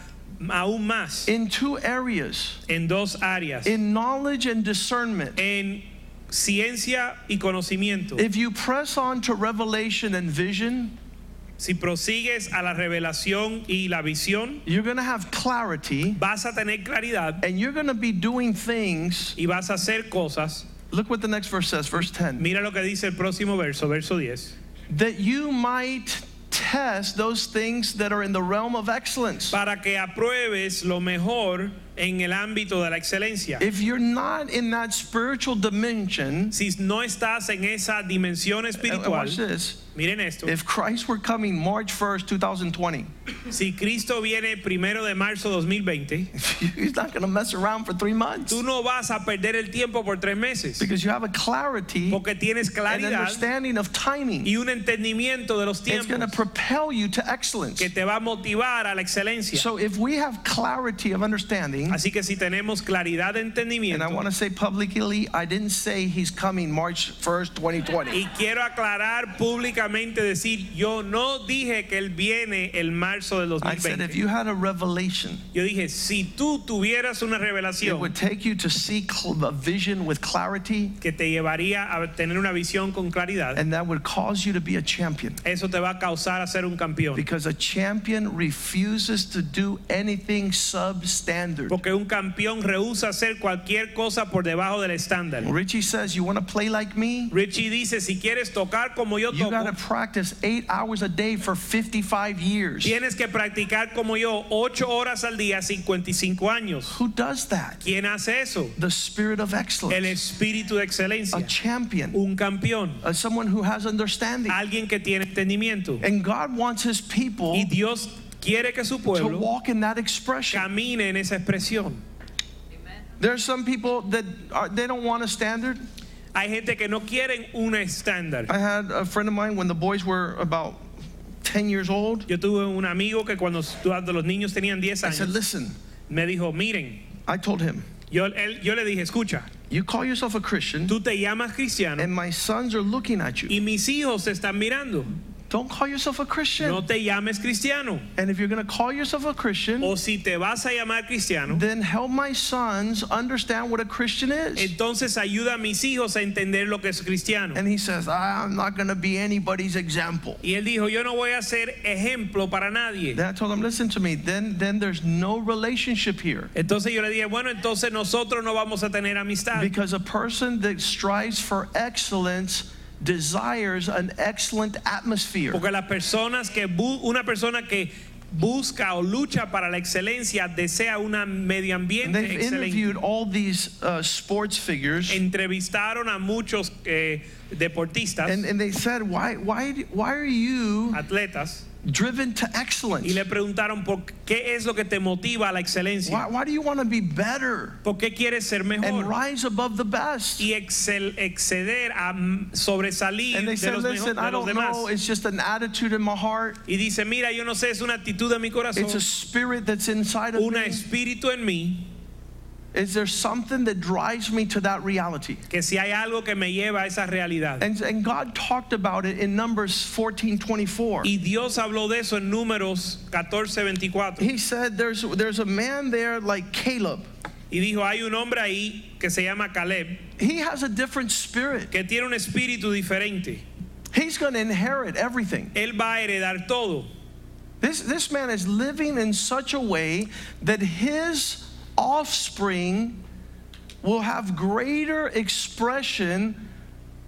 A: aún más
B: in two areas
A: en dos áreas,
B: in knowledge and discernment.
A: en ciencia y conocimiento.
B: If you press on to revelation and vision,
A: Si prosigues a la revelación y la visión,
B: you're going to have clarity
A: vas a tener claridad
B: and you're going to be doing things.
A: y vas a hacer cosas.
B: Look what the next verse says, verse 10
A: Mira lo que dice el próximo verso, verso 10.
B: that you might test those things that are in the realm of excellence.
A: Para que apruebes lo mejor en el ámbito de la excelencia.
B: If you're not in that spiritual dimension,
A: si no estás en esa dimensión
B: and Eh, watch
A: espiritual,
B: this,
A: Miren esto.
B: If Christ were coming March 1st, 2020,
A: Si Cristo viene primero de marzo 2020,
B: he's not going to mess around for three months
A: tú no vas a perder el tiempo por tres meses
B: because you have a clarity
A: porque tienes
B: and
A: claridad
B: understanding of timing.
A: y un entendimiento de los
B: It's going to
A: tiempos
B: propel you to excellence.
A: que te va a motivar a la excelencia.
B: So if we have clarity of understanding,
A: Así que si tenemos claridad de
B: and I
A: entendimiento,
B: want to say publicly, I didn't say he's coming March 1st, 2020.
A: y quiero aclarar públicamente, decir, yo no dije que Él viene el marzo del
B: I said if
A: 2020.
B: you had a revelation,
A: Yo dije, si tú tuvieras una
B: it would
A: revelación
B: take you to see cl- a vision with clarity,
A: que te llevaría a tener una visión con claridad,
B: and that would cause you to be a champion.
A: eso te va a causar a ser un campeón.
B: Because a champion refuses to do anything substandard.
A: Porque un campeón rehúsa hacer cualquier cosa por debajo del estándar.
B: Richie says, You want to play like me?
A: Richie dice, si quieres tocar como yo
B: You got
A: toco,
B: to practice eight hours a day for 55 years.
A: tienes que practicar como yo 8 horas al día, 55 años.
B: Who does that?
A: ¿Quién hace eso?
B: The spirit of
A: El
B: excellence,
A: espíritu de
B: a
A: excelencia.
B: champion,
A: Un campeón.
B: uh, someone who has understanding.
A: Alguien que tiene entendimiento.
B: And God wants his people
A: Y Dios quiere que su
B: to
A: pueblo
B: walk in that expression.
A: camine en esa expresión.
B: There are some people that are, they don't want a standard.
A: Hay gente que no quieren un estándar.
B: I had a friend of mine when the boys were about 10 years old.
A: Yo tuve un amigo que cuando, cuando los niños tenían 10
B: I said,
A: años,
B: Listen,
A: me dijo, miren,
B: I told him,
A: yo, él- yo le dije, escucha,
B: You call yourself a Christian,
A: tú te llamas cristiano
B: and my sons are looking at you.
A: y mis hijos te están mirando.
B: Don't call yourself a Christian.
A: No te llames cristiano.
B: And if you're going to call yourself a Christian,
A: O si te vas a llamar cristiano,
B: then help my sons understand what a Christian is.
A: entonces ayuda a mis hijos a entender lo que es cristiano.
B: And he says, I'm not going to be anybody's example.
A: Y él dijo, yo no voy a ser ejemplo para nadie.
B: Then I told him, Listen to me, then, then there's no relationship here.
A: Entonces yo le dije, bueno, entonces nosotros no vamos a tener amistad.
B: Because a person that strives for excellence desires an excellent atmosphere.
A: Porque las personas que bu- una persona que busca o lucha para la excelencia desea un medio
B: And
A: ambiente
B: they've
A: excelente.
B: interviewed all these uh, sports figures,
A: Entrevistaron a muchos eh, deportistas,
B: and, and they said, why, why, why are you
A: atletas,
B: driven to
A: y
B: excellence?
A: le preguntaron por qué es lo que te motiva a la excelencia.
B: Why, why do you want to be better
A: ¿Por qué quieres ser
B: and
A: mejor?
B: rise above the best?
A: Y excel- exceder a mm, sobresalir
B: And
A: de
B: they said,
A: los, mejo-
B: listen,
A: de
B: I
A: los
B: don't
A: demás.
B: know. It's just an attitude in my heart.
A: Y dice, mira, yo no sé, es una actitud de mi corazón,
B: It's a spirit that's inside of
A: un
B: me.
A: espíritu en mí,
B: Is there something that drives me to that reality?
A: que si hay algo que me lleva a esa realidad.
B: And, and God talked about it in Numbers 14 24.
A: Y Dios habló de eso en Números 14, 24.
B: He said, there's, there's a man there like Caleb.
A: Y dijo, hay un hombre ahí que se llama Caleb,
B: He has a different spirit.
A: que tiene un espíritu diferente.
B: He's going to inherit everything.
A: Él va a heredar todo.
B: This, this man is living in such a way that his offspring will have greater expression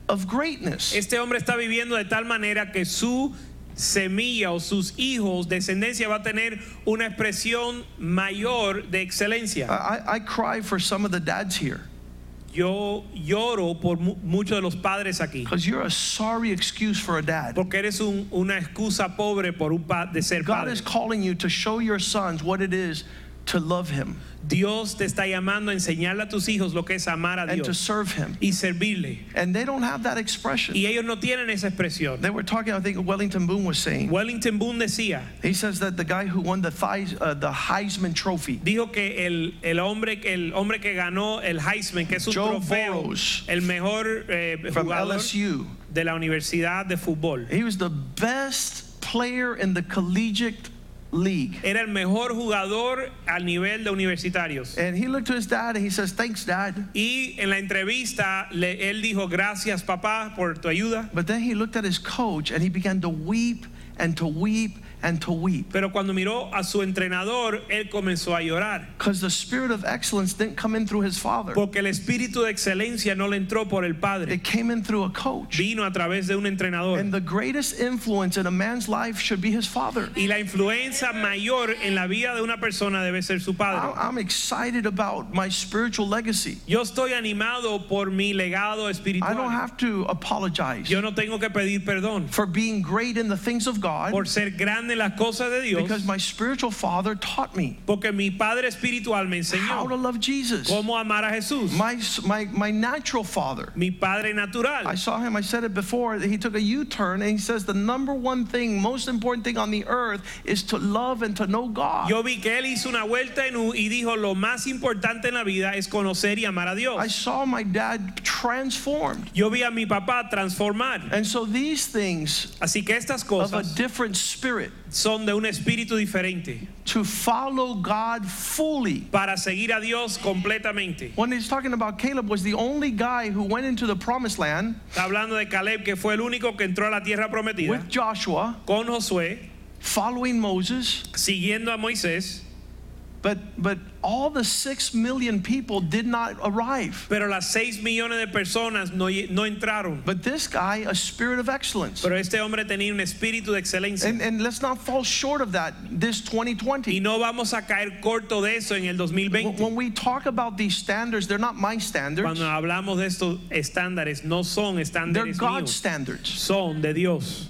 B: of greatness.
A: Este hombre está viviendo de tal manera que su semilla o sus hijos, descendencia, va a tener una expresión mayor de excelencia.
B: I, I- I cry for some of the dads here
A: Yo lloro por mu- muchos de los padres aquí,
B: because you're a sorry excuse for a dad.
A: porque eres un- una excusa pobre por un pa- de ser
B: God
A: padre.
B: is calling you to show your sons what it is to love Him
A: Dios te está llamando a enseñarle a tus hijos lo que es amar a
B: and to
A: Dios
B: serve Him.
A: y servirle.
B: And they don't have that expression.
A: Y ellos no tienen esa expresión.
B: They were talking, I think Wellington Boone was saying.
A: Wellington Boone decía,
B: He says that the guy who won the, Theis, uh, the Heisman Trophy,
A: dijo que el, el hombre, el hombre que ganó el Heisman, que es un
B: Joe
A: trofeo,
B: Burrows
A: el mejor eh,
B: from
A: jugador
B: LSU.
A: de la universidad de fútbol.
B: He was the best player in the collegiate league.
A: Era el mejor jugador al nivel de universitarios.
B: And he looked to his dad and he says, Thanks, dad.
A: Y en la entrevista le- él dijo, gracias papá por tu ayuda.
B: But then he looked at his coach and he began to weep and to weep and to weep
A: Pero cuando miró a su entrenador, él comenzó a llorar.
B: because the spirit of excellence didn't come in through his father.
A: Porque el espíritu de excelencia no le entró por el padre.
B: It came in through a coach.
A: Vino a través de un entrenador.
B: And the greatest influence in a man's life should be his father.
A: Y la influencia mayor en la vida de una persona debe ser su
B: I-
A: padre.
B: I'm excited about my spiritual legacy.
A: Yo estoy animado por mi legado
B: I don't
A: espiritual.
B: have to apologize
A: Yo no tengo que pedir perdón
B: for being great in the things of God
A: por ser grande en las cosas de Dios.
B: because my spiritual father taught me
A: Porque mi padre espiritual me
B: how to
A: enseñó
B: love Jesus.
A: cómo amar a Jesús.
B: My, s- my, my natural father.
A: Mi padre
B: I
A: natural.
B: saw him, I said it before, that he took a U turn and he says the number one thing, most important thing on the earth is to love and to know God.
A: Yo vi que él hizo una vuelta en U y dijo lo más importante en la vida es conocer y amar a
B: I
A: Dios.
B: saw my dad transformed.
A: Yo vi a mi papá transformar.
B: And so these things
A: Así que
B: of
A: estas
B: a
A: cosas
B: different spirit
A: son de un espíritu diferente
B: to follow God fully.
A: para seguir a Dios completamente.
B: When he's talking about Caleb was the only guy who went into the promised land
A: Está hablando de Caleb que fue el único que entró a la tierra prometida
B: with Joshua,
A: con Josué,
B: following Moses,
A: siguiendo a Moisés,
B: but but all the 6 million people did not arrive.
A: pero las 6 millones de personas no, no entraron.
B: But this guy, a spirit of excellence.
A: Pero este hombre tenía un espíritu de excelencia.
B: And, and let's not fall short of that this
A: Y
B: 2020.
A: no vamos a caer corto de eso en el
B: When
A: 2020.
B: when we talk about these standards, they're not my standards,
A: Cuando hablamos de estos estándares, no son
B: they're
A: estándares
B: God's
A: míos,
B: standards.
A: son de Dios.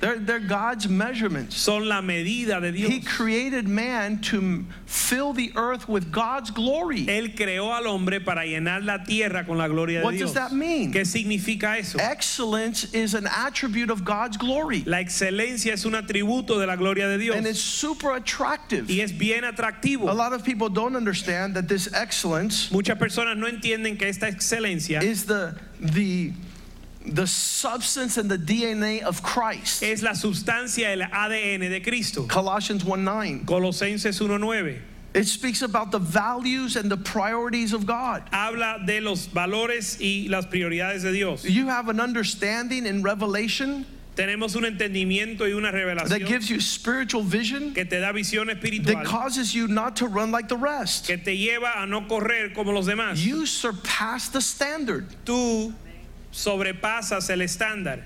B: They're, they're God's measurements.
A: Son la medida de Dios.
B: He created man to m- fill the earth with God's glory.
A: Él creó al hombre para llenar la tierra con la gloria de
B: What
A: Dios.
B: does that mean?
A: ¿Qué significa eso?
B: Excellence is an attribute of God's glory,
A: La excelencia es un atributo de la gloria de
B: and it's
A: Dios
B: super attractive.
A: y es bien atractivo.
B: A lot of people don't understand that this excellence
A: Muchas personas no entienden que esta excelencia
B: is the the the substance and the DNA of Christ.
A: es la sustancia del ADN de Cristo.
B: Colossians 1:9.
A: Colosenses 1:9
B: It speaks about the values and the priorities of God.
A: habla de los valores y las prioridades de Dios.
B: You have an understanding in revelation
A: Tenemos un entendimiento y una
B: that
A: revelación
B: gives you spiritual vision
A: que te da visión
B: that
A: espiritual
B: causes you not to run like the rest.
A: que te lleva a no correr como los demás.
B: You surpass the standard.
A: Tú sobrepasas el estándar.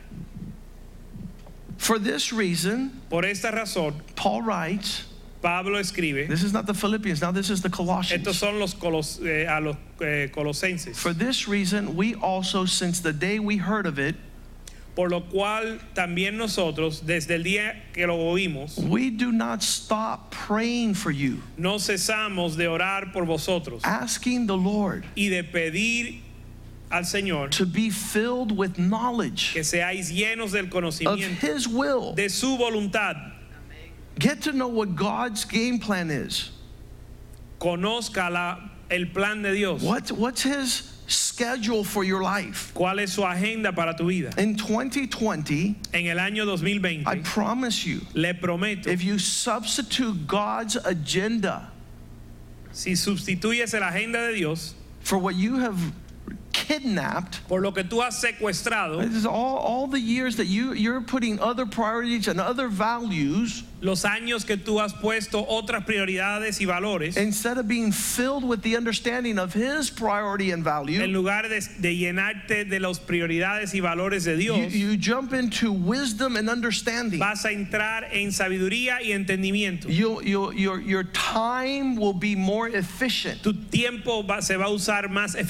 B: For this reason,
A: Por esta razón,
B: Paul writes,
A: Pablo escribe,
B: this is not the Philippians, now this is the
A: estos
B: Colossians.
A: son los colos- eh, a los eh, colosenses,
B: For this reason, we also, since the day we heard of it,
A: por lo cual también nosotros, desde el día que lo oímos,
B: we do not stop praying for you,
A: no cesamos de orar por vosotros
B: asking the Lord
A: y de pedir al Señor
B: to be filled with knowledge.
A: que seáis llenos del
B: of
A: conocimiento
B: His will.
A: de su voluntad.
B: Get to know what God's game plan is.
A: Conozca la- el plan de Dios.
B: What, what's His schedule for your life?
A: ¿Cuál es su agenda para tu vida?
B: In 2020,
A: En el año
B: I
A: 2020,
B: promise you,
A: le prometo,
B: if you substitute God's agenda
A: si sustituyes la agenda de Dios
B: for what you have kidnapped,
A: por lo que tú has secuestrado,
B: this is all, all the years that you, you're putting other priorities and other values
A: los años que tú has puesto otras prioridades y valores,
B: instead of being filled with the understanding of His priority and
A: en
B: value.
A: lugar de, de llenarte de las prioridades y valores de
B: You,
A: Dios,
B: you jump into wisdom and understanding.
A: vas a entrar en sabiduría y entendimiento.
B: You'll, you'll, your, your time will be more efficient.
A: Tu tiempo va- se va a usar más
B: Your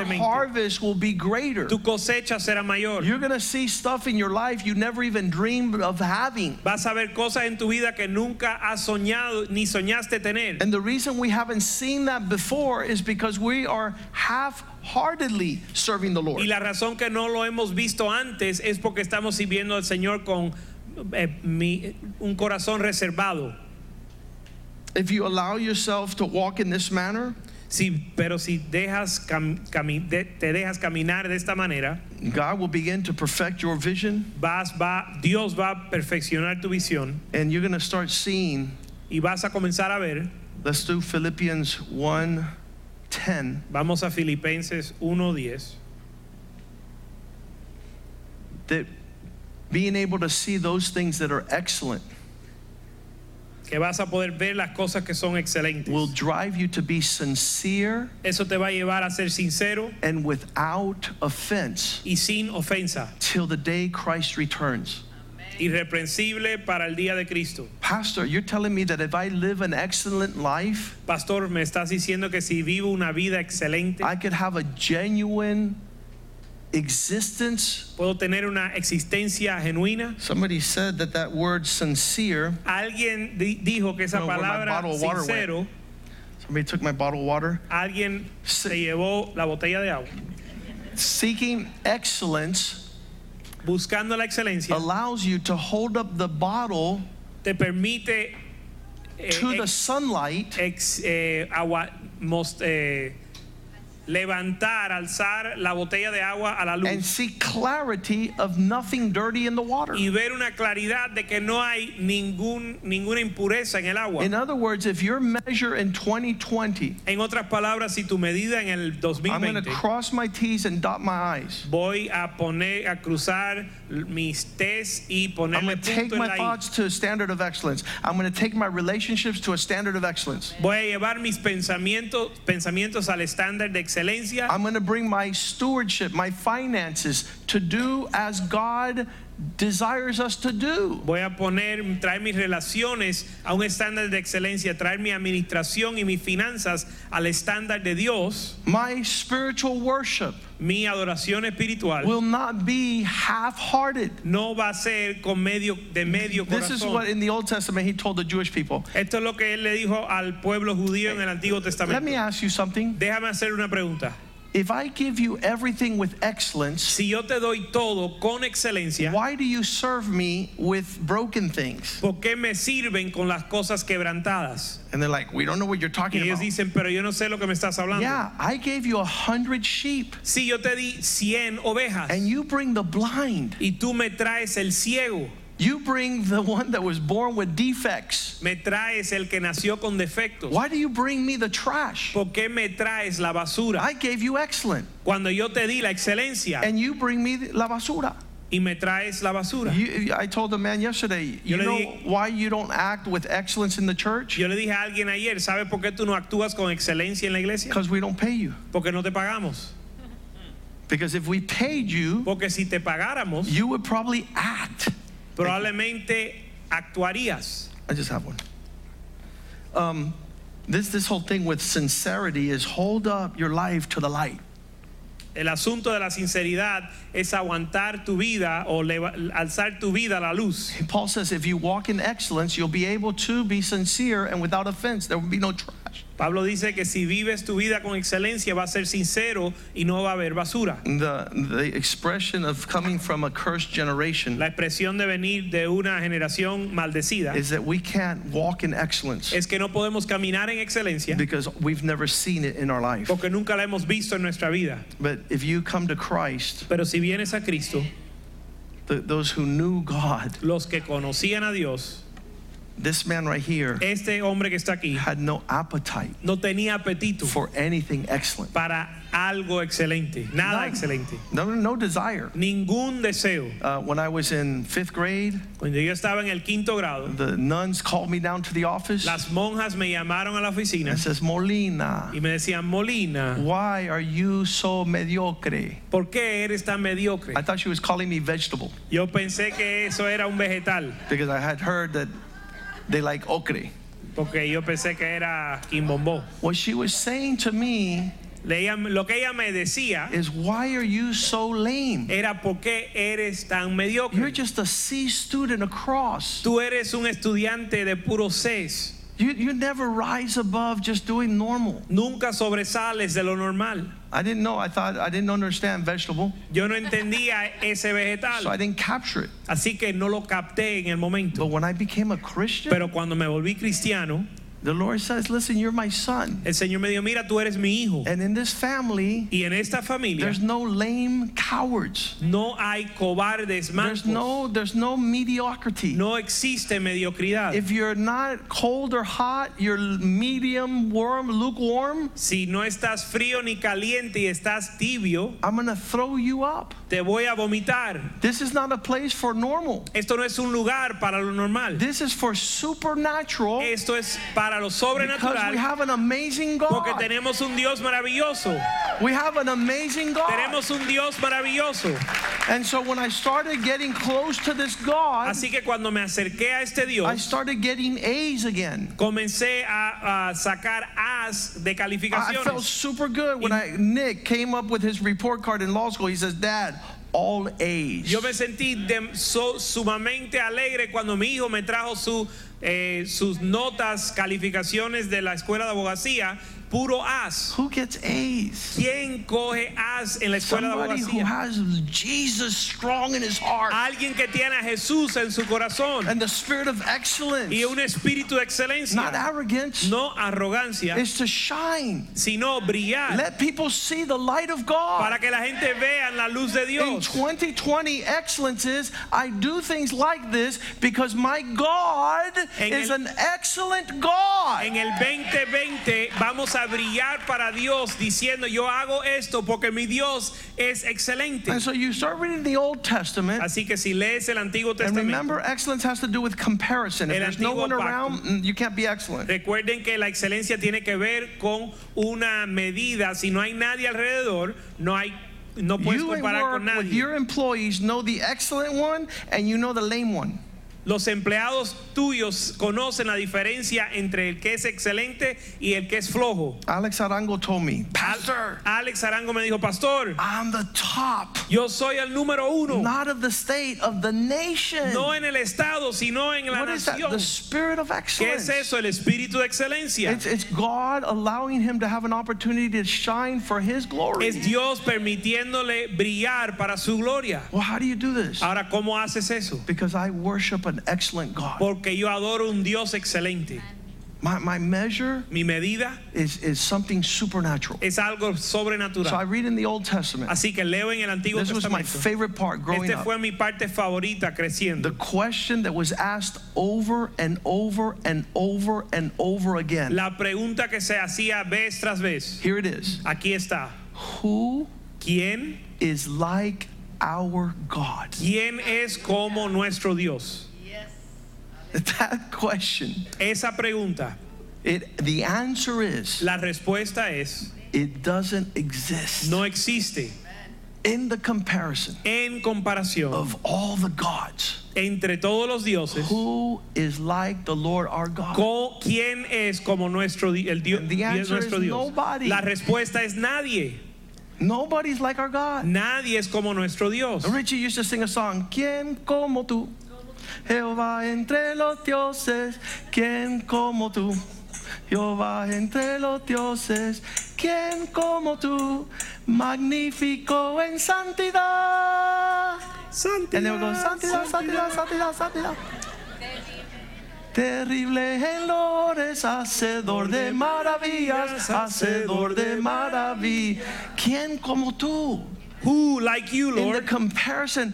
A: eficientemente.
B: harvest will be greater.
A: Tu cosecha será mayor.
B: You're going to see stuff in your life you never even dreamed of having.
A: Vas a ver cosas en tu vida que nunca has soñado ni soñaste tener.
B: And the reason we haven't seen that before is because we are half heartedly serving the Lord.
A: Y la razón que no lo hemos visto antes es porque estamos sirviendo al Señor con eh, mi- un corazón reservado.
B: If you allow yourself to walk in this manner,
A: Sí, pero si dejas cam- cami- de- te dejas caminar de esta manera,
B: God will begin to perfect your vision
A: vas, va, Dios va a perfeccionar tu visión
B: and you're going to start seeing.
A: y vas a comenzar a ver.
B: Let's do Philippians 1 10.
A: Vamos a Filipenses 1.10.
B: that being able to see those things that are excellent
A: que vas a poder ver las cosas que son excelentes.
B: will drive you to be sincere
A: Eso te va a llevar a ser sincero
B: and without offense
A: y sin ofensa,
B: till the day Christ returns.
A: irreprensible para el día de Cristo.
B: Pastor, you're telling me that if I live an excellent life,
A: Pastor, me estás diciendo que si vivo una vida excelente,
B: I could have a genuine existence.
A: puedo tener una existencia genuina.
B: Somebody said that that word sincere,
A: Alguien di- dijo que esa
B: No, where my
A: palabra
B: bottle of water went.
A: sincero,
B: somebody took my bottle of water.
A: alguien
B: Si-
A: se llevó la botella de agua.
B: Seeking excellence
A: Buscando la excelencia
B: allows you to hold up the bottle
A: te permite eh,
B: to the
A: ex-
B: sunlight
A: ex- eh, agua- mos- eh, levantar, alzar la botella de agua a la luz.
B: and see clarity of nothing dirty in the water.
A: y ver una claridad de que no hay ningún, ninguna impureza en el agua.
B: In other words, if your measure in 2020,
A: En otras palabras, si tu medida en el
B: I'm going
A: 2020,
B: to cross my T's and dot my I's.
A: voy a poner, a cruzar mis test y
B: I'm
A: ponerle
B: going to take
A: punto en
B: my
A: la I.
B: thoughts to a standard of excellence. I'm going to take my relationships to a standard of excellence.
A: Voy a llevar mis pensamientos, pensamientos al estándar de excelencia.
B: I'm going to bring my stewardship, my finances to do as God desires us to do.
A: Voy a poner, traer mis relaciones a un estándar de excelencia, traer mi administración y mis finanzas al estándar de Dios.
B: My spiritual worship
A: Mi adoración espiritual
B: will not be half hearted.
A: no va a ser con medio, de medio
B: This is
A: corazón.
B: what in the Old Testament he told the Jewish people.
A: Esto es lo que él le dijo al pueblo judío en el Antiguo
B: Let me
A: Testamento.
B: ask you something.
A: Déjame hacer una pregunta.
B: If I give you everything with excellence,
A: Si yo te doy todo con excelencia,
B: why do you serve me with broken things?
A: ¿por qué me sirven con las cosas quebrantadas?
B: And they're like, we don't know what you're
A: Y
B: talking
A: ellos
B: about.
A: dicen, pero yo no sé lo que me estás hablando.
B: Yeah, I gave you a hundred sheep,
A: Si yo te di 100 ovejas
B: and you bring the blind.
A: y tú me traes el ciego,
B: You bring the one that was born with defects.
A: me traes el que nació con defectos,
B: Why do you bring me the trash?
A: ¿por qué me traes la basura?
B: I gave you excellent,
A: Cuando yo te di la excelencia
B: and you bring me la basura.
A: y me traes la basura.
B: You, I told a man yesterday, you
A: le
B: know
A: dije-
B: why you don't act with excellence in the church?
A: Yo le dije a alguien ayer, ¿sabes por qué tú no actúas con excelencia en la iglesia?
B: Because we don't pay you.
A: Porque no te pagamos.
B: Because if we paid you,
A: Porque si te pagáramos,
B: you would probably act.
A: probablemente actuarías.
B: I just have one. Um, this this whole thing with sincerity is hold up your life to the light.
A: El asunto de la sinceridad es aguantar tu vida o leva- alzar tu vida a la luz.
B: Paul says, if you walk in excellence, you'll be able to be sincere and without offense. There will be no trash.
A: Pablo dice que si vives tu vida con excelencia va a ser sincero y no va a haber basura.
B: The the expression of coming from a cursed generation
A: La expresión de venir de una generación maldecida
B: is that we can't walk in excellence
A: es que no podemos caminar en excelencia
B: because we've never seen it in our life.
A: porque nunca la hemos visto en nuestra vida.
B: But if you come to Christ,
A: Pero si vienes a Cristo,
B: th those who knew God,
A: los que conocían a Dios,
B: this man right here
A: este hombre que está aquí
B: had no appetite
A: no tenía apetito
B: for anything excellent.
A: para algo excelente, nada
B: None.
A: excelente,
B: No, no, no desire.
A: ningún deseo.
B: Uh, when I was in fifth grade,
A: Cuando yo estaba en el quinto grado,
B: the nuns called me down to the office
A: las monjas me llamaron a la oficina
B: and says, Molina,
A: y me decían, Molina,
B: why are you so mediocre?
A: ¿por qué eres tan mediocre?
B: I thought she was calling me vegetable
A: Yo pensé que eso era un vegetal,
B: because I had heard that they like okre.
A: porque yo pensé que era quimbombó.
B: What she was saying to me
A: Le- ella- Lo que ella me decía
B: is, why are you so lame?
A: era, ¿por qué eres tan
B: You're
A: mediocre?
B: just a C student across.
A: Tú eres un estudiante de puro seis,
B: You, you never rise above just doing normal.
A: nunca sobresales de lo normal.
B: I didn't know. I thought I didn't understand vegetable,
A: Yo no entendía ese
B: so I
A: vegetal,
B: didn't capture it.
A: así que no lo capté en el momento.
B: But when I became a Christian,
A: Pero cuando me volví cristiano,
B: The Lord says, Listen, you're my son.
A: El Señor me dijo, mira, tú eres mi hijo.
B: And in this family,
A: Y en esta familia
B: there's no lame cowards.
A: no hay cobardes
B: There's
A: mancos.
B: no, there's no mediocrity.
A: No existe mediocridad.
B: If you're not cold or hot, you're medium, warm, lukewarm,
A: si no estás frío ni caliente y estás tibio,
B: I'm going to throw you up.
A: te voy a vomitar.
B: This is not a place for normal.
A: Esto no es un lugar para lo normal.
B: This is for supernatural
A: Esto es para lo
B: because we
A: sobrenatural
B: have an amazing
A: porque
B: God.
A: tenemos un Dios maravilloso.
B: We have an amazing God.
A: Tenemos un Dios maravilloso.
B: And so when I started getting close to this God,
A: Así que cuando me acerqué a este
B: I
A: Dios,
B: started getting A's again.
A: comencé a, a sacar as de
B: I I felt
A: calificaciones.
B: super good when I Nick came up with his report card in law school. He says, "Dad, all A's."
A: Yo me sentí de- so- sumamente alegre cuando mi hijo me trajo su, eh, sus notas, calificaciones de la escuela de abogacía, puro as.
B: Who gets A's?
A: ¿Quién coge as en la escuela de
B: Somebody who
A: abogacía?
B: has Jesus strong in his heart
A: Alguien que tiene a Jesús en su corazón
B: and the spirit of excellence,
A: y un espíritu de
B: not
A: excelencia,
B: arrogance,
A: no arrogancia,
B: is to shine.
A: sino brillar
B: Let people see the light of God.
A: para que la gente vea la luz de
B: In
A: Dios.
B: 2020, excellence is I do things like this because my God
A: En
B: is
A: el-
B: an excellent God.
A: En el 2020 vamos a brillar para Dios diciendo yo hago esto porque mi Dios es excelente.
B: And so you start reading the Old Testament,
A: Así que si lees el Antiguo
B: and
A: Testamento,
B: remember, excellence has to do with comparison. If
A: El
B: there's no
A: Antiguo
B: one
A: Pacto.
B: around, mm, you can't be excellent.
A: recuerden que la excelencia tiene que ver con una medida. Si no hay nadie alrededor, no hay, no puedes
B: You at
A: comparar
B: work
A: con
B: with
A: nadie.
B: your employees know the excellent one and you know the lame one.
A: Los empleados tuyos conocen la diferencia entre el que es excelente y el que es flojo.
B: Alex Arango told me,
A: Al-
B: Pastor,
A: Alex Arango me dijo, pastor,
B: I'm the top,
A: yo soy el número uno,
B: not of the state, of the nation.
A: no en el estado, sino en la
B: What is that?
A: nación.
B: The spirit of
A: ¿Qué
B: excellence.
A: es eso? El espíritu de excelencia.
B: It's, it's God allowing him to have an opportunity to shine for his glory.
A: Es Dios permitiéndole brillar para su gloria.
B: Well, how do you do this?
A: Ahora, ¿cómo haces eso?
B: Because I worship an excellent God.
A: Porque yo adoro un Dios excelente.
B: My, my measure
A: Mi medida
B: is, is something supernatural.
A: es algo
B: So I
A: sobrenatural.
B: read in the Old Testament.
A: Así que leo en el Antiguo
B: This was my
A: Testamento.
B: favorite part growing
A: Este
B: up.
A: fue mi parte favorita
B: The
A: creciendo.
B: question that was asked over and over and over and over again.
A: La pregunta que se hacía vez tras vez.
B: Here it is.
A: Aquí está.
B: Who
A: ¿Quién?
B: is like our God?
A: ¿Quién es como nuestro Dios?
B: That question.
A: Esa pregunta.
B: It the answer is
A: La respuesta es
B: it doesn't exist
A: no existe
B: in the comparison
A: en comparación
B: of all the gods.
A: entre todos los dioses.
B: Who is like the Lord our God?
A: Co- ¿Quién es como nuestro di- el Dios?
B: And the answer
A: nuestro
B: is
A: Dios?
B: nobody.
A: La respuesta es nadie.
B: Nobody's like our God.
A: Nadie es como nuestro Dios.
B: Richie used to sing a song, ¿Quién como tú? Jehová entre los dioses, ¿quién como tú? Jehová entre los dioses, ¿quién como tú? Magnífico en santidad. And they would go, santidad, santidad, santidad, santidad. Terrible en lores, hacedor de maravillas, hacedor de maravillas. ¿Quién como tú?
A: Who like you,
B: in the
A: Lord?
B: comparison,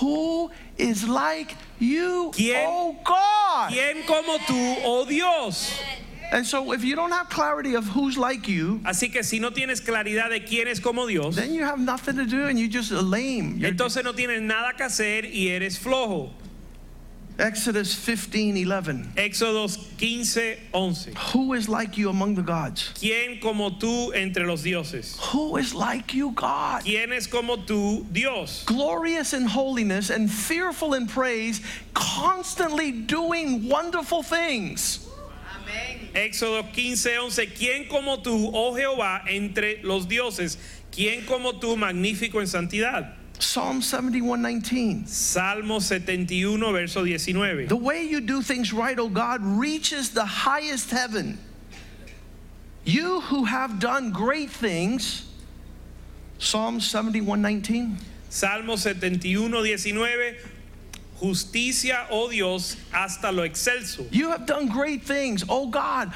B: who is like you,
A: ¿Quién?
B: oh God?
A: ¿Quién como tú, oh Dios?
B: And so, if you don't have clarity of who's like you,
A: Así que si no tienes claridad de quién es como Dios,
B: then you have nothing to do and you just are lame. You're-
A: entonces no tienes nada que hacer y eres flojo.
B: Exodus 15 11.
A: Éxodo 15, 11.
B: Who is like you among the gods?
A: ¿Quién como tú entre los dioses?
B: Who is like you, God?
A: ¿Quién es como tú, Dios?
B: Glorious in holiness and fearful in praise, constantly doing wonderful things.
A: Éxodo 15, 11. ¿Quién como tú, oh Jehová, entre los dioses? ¿Quién como tú, magnífico en santidad?
B: Psalm 71 19.
A: Salmo 71, verso 19.
B: The way you do things right, O God, reaches the highest heaven. You who have done great things, Psalm 71:19.
A: Salmo 71, 19. Justicia, oh Dios, hasta lo excelso.
B: You have done great things, O God.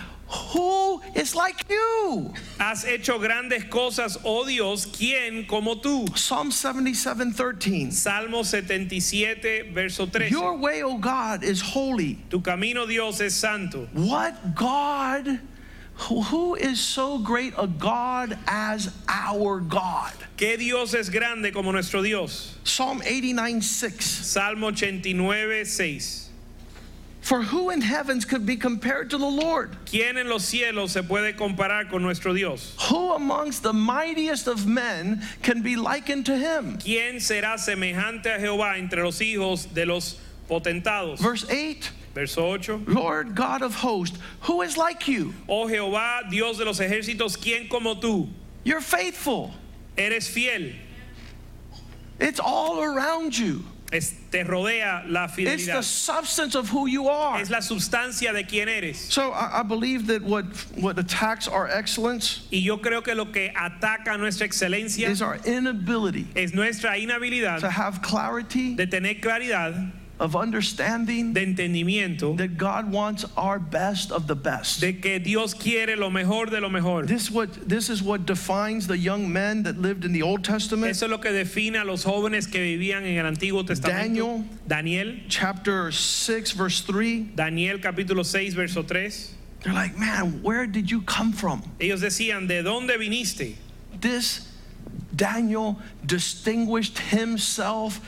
B: Who is like you?
A: Has hecho grandes cosas, oh Dios, ¿quién como tú?
B: Psalm 77 13.
A: Salmo 77, verso 13.
B: Your way, O God, is holy.
A: Tu camino, Dios, es santo.
B: What God? Who who is so great a God as our God?
A: ¿Qué Dios es grande como nuestro Dios?
B: Psalm 89 6.
A: Salmo 89, 6.
B: For who in heavens could be compared to the Lord?
A: ¿Quién en los cielos se puede comparar con nuestro Dios?
B: Who amongst the mightiest of men can be likened to him?
A: ¿Quién será semejante a Jehová entre los hijos de los potentados?
B: Verse 8
A: Verso 8.
B: Lord God of hosts, who is like you?
A: Oh Jehová, Dios de los ejércitos, ¿quién como tú?
B: You're faithful,
A: Eres fiel.
B: it's all around you.
A: Es- te rodea la
B: It's the
A: fidelidad.
B: substance of who you are.
A: Es la sustancia de quién eres.
B: So I, I believe that what, what attacks our excellence
A: Y yo creo que lo que ataca nuestra excelencia
B: is our inability
A: es nuestra
B: to
A: inhabilidad
B: have clarity
A: de tener claridad,
B: of understanding
A: de entendimiento,
B: that God wants our best of the best.
A: de que Dios quiere lo mejor de lo mejor.
B: This, what, this is what defines the young men that lived in the Old Testament.
A: Eso es lo que define a los jóvenes que vivían en el Antiguo Testamento.
B: Daniel.
A: Daniel,
B: Chapter 6, verse 3.
A: Daniel capítulo 6, verso 3.
B: They're like, man, where did you come from?
A: Ellos decían, ¿de dónde viniste?
B: This Daniel distinguished himself,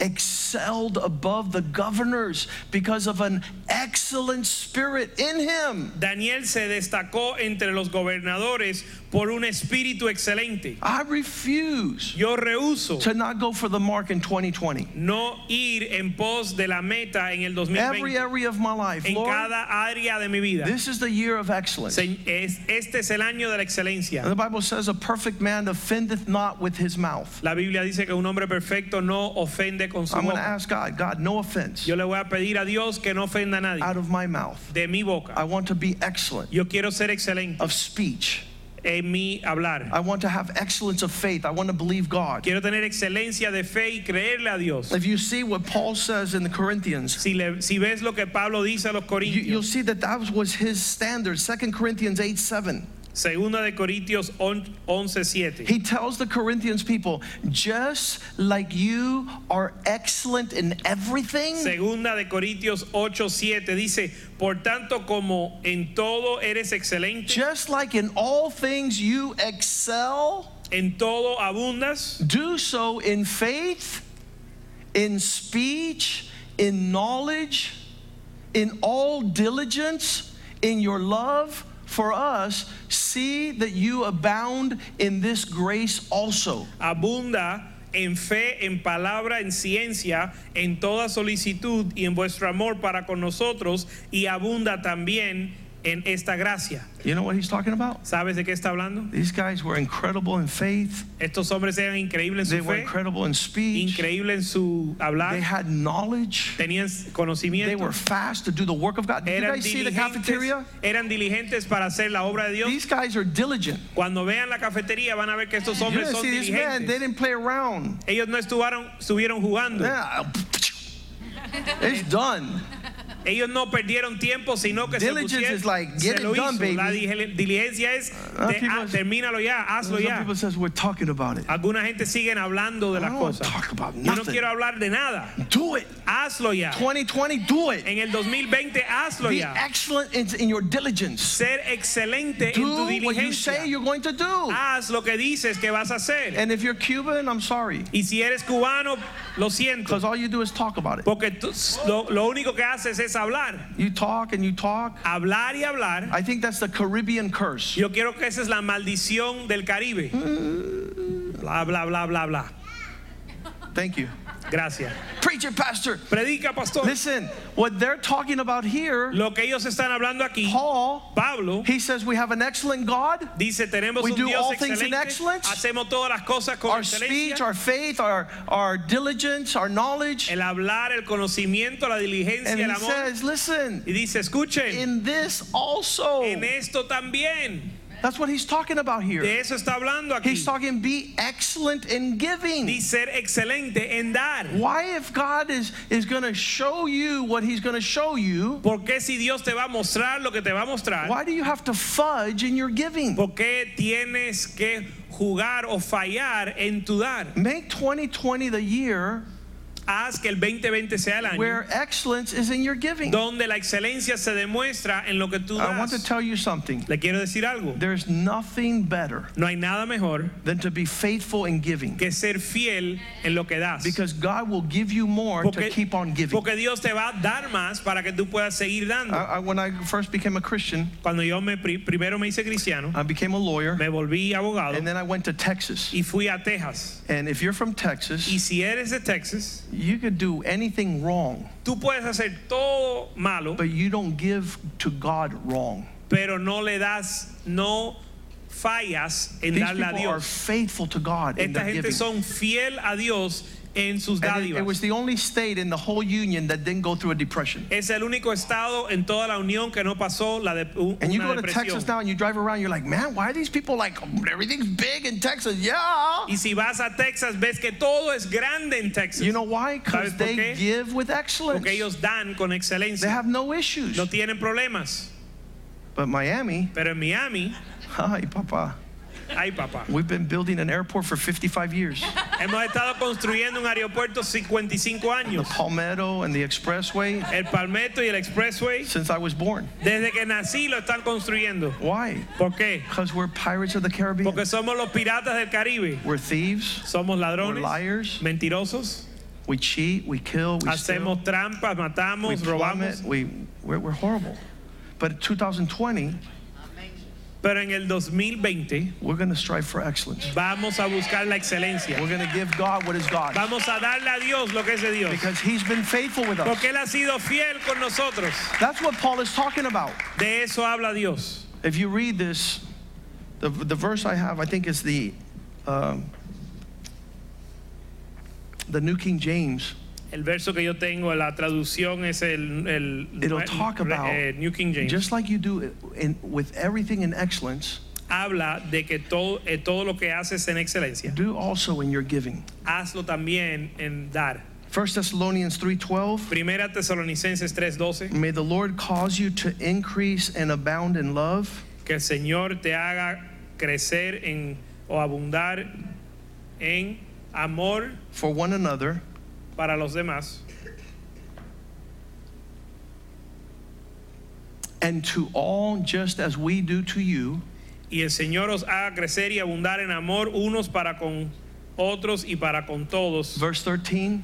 B: excelled above the governors because of an excellent spirit in him.
A: Daniel se destacó entre los gobernadores por un espíritu excelente.
B: I refuse
A: Yo rehuso
B: to not go for the mark in 2020.
A: no ir en pos de la meta en el
B: Every
A: 2020
B: area of my life,
A: en
B: Lord,
A: cada área de mi vida.
B: this is the year of excellence.
A: Se- es- Este es el año de la
B: And the
A: excelencia.
B: Bible says, a perfect man offendeth not with his mouth.
A: La Biblia dice que un hombre perfecto no ofende con su
B: I'm going to
A: boca.
B: ask God, God, no offense
A: Yo le voy a pedir a Dios que no ofenda a nadie
B: out of my mouth.
A: de mi
B: I
A: boca.
B: want to be excellent
A: Yo quiero ser excelente
B: of speech.
A: en mi hablar.
B: I want to have excellence of faith. I want to believe God.
A: Quiero tener excelencia de fe y creerle a Dios.
B: If you see what Paul says in the Corinthians,
A: Si, le- si ves lo que Pablo dice a los
B: you,
A: corintios,
B: you'll see that that was his standard. 2 Corinthians 8 7.
A: Segunda de Corintios 11:7.
B: He tells the Corinthians people, just like you are excellent in everything,
A: Segunda de Corintios 8:7 dice, "Por tanto, como en todo eres excelente,
B: just like in all things you excel,
A: en todo abundas,
B: do so in faith, in speech, in knowledge, in all diligence, in your love for us. See that you abound in this grace also.
A: abunda en fe, en palabra, en ciencia, en toda solicitud y en vuestro amor para con nosotros y abunda también en esta gracia."
B: You know what he's talking about?
A: ¿Sabes de qué está hablando?
B: These guys were incredible in faith,
A: Estos hombres eran increíbles
B: they
A: en su
B: were
A: fe,
B: incredible in speech,
A: increíbles en su
B: they
A: hablar,
B: had knowledge,
A: tenían
B: they
A: conocimiento.
B: were fast to do the work of God. Did you
A: eran
B: guys see the
A: diligentes,
B: cafeteria?
A: eran diligentes para hacer la obra de Dios.
B: These guys are diligent.
A: Cuando vean la cafetería van a ver que estos
B: You
A: hombres
B: didn't
A: son
B: see these men, they
A: diligentes.
B: didn't play around.
A: Ellos no estuvieron, estuvieron jugando.
B: Yeah. It's done.
A: Ellos no perdieron tiempo, sino que se,
B: Diligence
A: pusieron-
B: is like,
A: se
B: get it
A: lo hizo.
B: done, baby.
A: La dili- diligencia es,
B: Uh,
A: te-
B: people
A: ah,
B: is-
A: termínalo ya, hazlo
B: Some
A: ya.
B: people says we're talking about it.
A: Alguna gente siguen hablando de
B: I
A: las
B: don't want to
A: cosas.
B: talk about
A: Yo no
B: nothing.
A: quiero hablar de nada.
B: Do it.
A: Hazlo ya.
B: 2020, do it.
A: En el 2020, hazlo
B: Be
A: ya.
B: excellent in, in your diligence.
A: Ser excelente en tu
B: Do what you
A: diligencia. Ah.
B: say you're going to do.
A: Haz lo que dices que vas a hacer.
B: And if you're Cuban, I'm sorry,
A: Y si eres cubano, lo siento.
B: because all you do is talk about it.
A: Porque tú- lo, lo único que haces es hablar.
B: You talk and you talk.
A: Hablar y hablar.
B: I think that's the Caribbean curse.
A: Yo quiero que esa es la maldición del Caribe. Bla, bla, bla, bla, bla.
B: Thank you.
A: Gracias.
B: Preacher, pastor.
A: Predica, pastor.
B: Listen, what they're talking about here,
A: Lo que ellos están hablando aquí,
B: Paul,
A: Pablo
B: he says we have an excellent God.
A: dice, tenemos
B: We
A: un
B: do
A: Dios
B: all things in
A: excelente.
B: excellence.
A: Hacemos todas las cosas con
B: our
A: excelencia.
B: speech, our faith, our, our diligence, our knowledge.
A: el hablar, el conocimiento, la diligencia,
B: And
A: el
B: he
A: amor.
B: says, listen,
A: y dice, escuchen,
B: in this also,
A: en esto también
B: That's what he's talking about
A: De
B: here.
A: eso está hablando aquí.
B: He's talking be excellent in giving.
A: Y ser excelente en dar.
B: Why if God is is going to show you what he's going to show you,
A: Porque si Dios te va a mostrar lo que te va a mostrar,
B: why do you have to fudge in your giving?
A: ¿por qué tienes que jugar o fallar en tu dar?
B: Make 2020 the year
A: Haz que el 2020 sea el año
B: where excellence is in your giving.
A: donde la excelencia se demuestra en lo que tú
B: I want to
A: das.
B: tell you something.
A: Le quiero decir algo.
B: There's nothing better
A: No hay nada mejor
B: than to be faithful in giving
A: que ser fiel en lo que das.
B: because God will give you more to
A: Porque,
B: keep on giving. Ah.
A: porque Dios te va a dar más para que tú puedas seguir
B: I,
A: dando.
B: I, when I first became a Christian,
A: Cuando yo me pri- primero me hice cristiano,
B: I became a lawyer
A: me volví abogado
B: and then I went to Texas.
A: y fui a Texas.
B: And if you're from Texas,
A: Y si eres de Texas,
B: you could do anything wrong,
A: tú puedes hacer todo malo,
B: but you don't give to God wrong.
A: pero no le das, no fallas en
B: These
A: darle a
B: people are
A: Dios.
B: faithful to God in
A: Esta
B: their
A: gente
B: giving.
A: son fiel a Dios en sus
B: And it, it was
A: dádivas.
B: the only state in the whole union that didn't go through a depression.
A: Es el único estado en toda la unión que no pasó la de, u-
B: And you
A: una
B: go to Texas
A: depresión.
B: now and you drive around, you're like, man, why are these people like everything's big in Texas? Yeah.
A: Y si vas a Texas, ves que todo es grande en Texas.
B: You know why? Because
A: ¿Sabes por
B: they
A: qué?
B: give with excellence.
A: porque ellos dan con
B: They
A: excelencia.
B: have no issues.
A: No tienen problemas.
B: But Miami,
A: Pero en Miami,
B: hi, papa.
A: ay papá,
B: We've been building an airport for 55 years.
A: hemos estado construyendo un aeropuerto 55
B: The
A: años.
B: Palmetto and the Expressway
A: El Palmetto y el Expressway,
B: since I was born.
A: desde que nací lo están construyendo.
B: Why?
A: ¿Por qué?
B: Because we're pirates of the Caribbean.
A: Porque somos los piratas del Caribe.
B: We're thieves.
A: Somos
B: We're
A: ladrones,
B: liars.
A: mentirosos,
B: We cheat. We kill. We steal.
A: hacemos trampas,
B: We plummet.
A: matamos, robamos.
B: We we're, we're horrible. But 2020,
A: Pero en el 2020
B: we're going to strive for excellence.
A: vamos a buscar la excelencia.
B: We're going to give God what is God.
A: Vamos a darle a Dios lo que es de Dios.
B: Because He's been faithful with us.
A: Porque Él ha sido fiel con nosotros.
B: That's what Paul is talking about.
A: De eso habla Dios.
B: If you read this, the, the verse I have, I think is the um, the New King James.
A: El verso que yo tengo, la traducción es el, el
B: It'll talk
A: re-
B: about
A: eh, New King James.
B: Just like you do in, with everything in excellence,
A: habla de que todo, eh, todo lo que haces en excelencia,
B: do also in your giving.
A: hazlo también en dar.
B: 1 Thessalonians 3:12.
A: Primera Tesalonicenses 3:12,
B: May the Lord cause you to increase and abound in love,
A: que el Señor te haga crecer en o abundar en amor
B: for one another
A: para los demás
B: and to all just as we do to you
A: y el Señor os haga crecer y abundar en amor unos para con otros y para con todos,
B: verse 13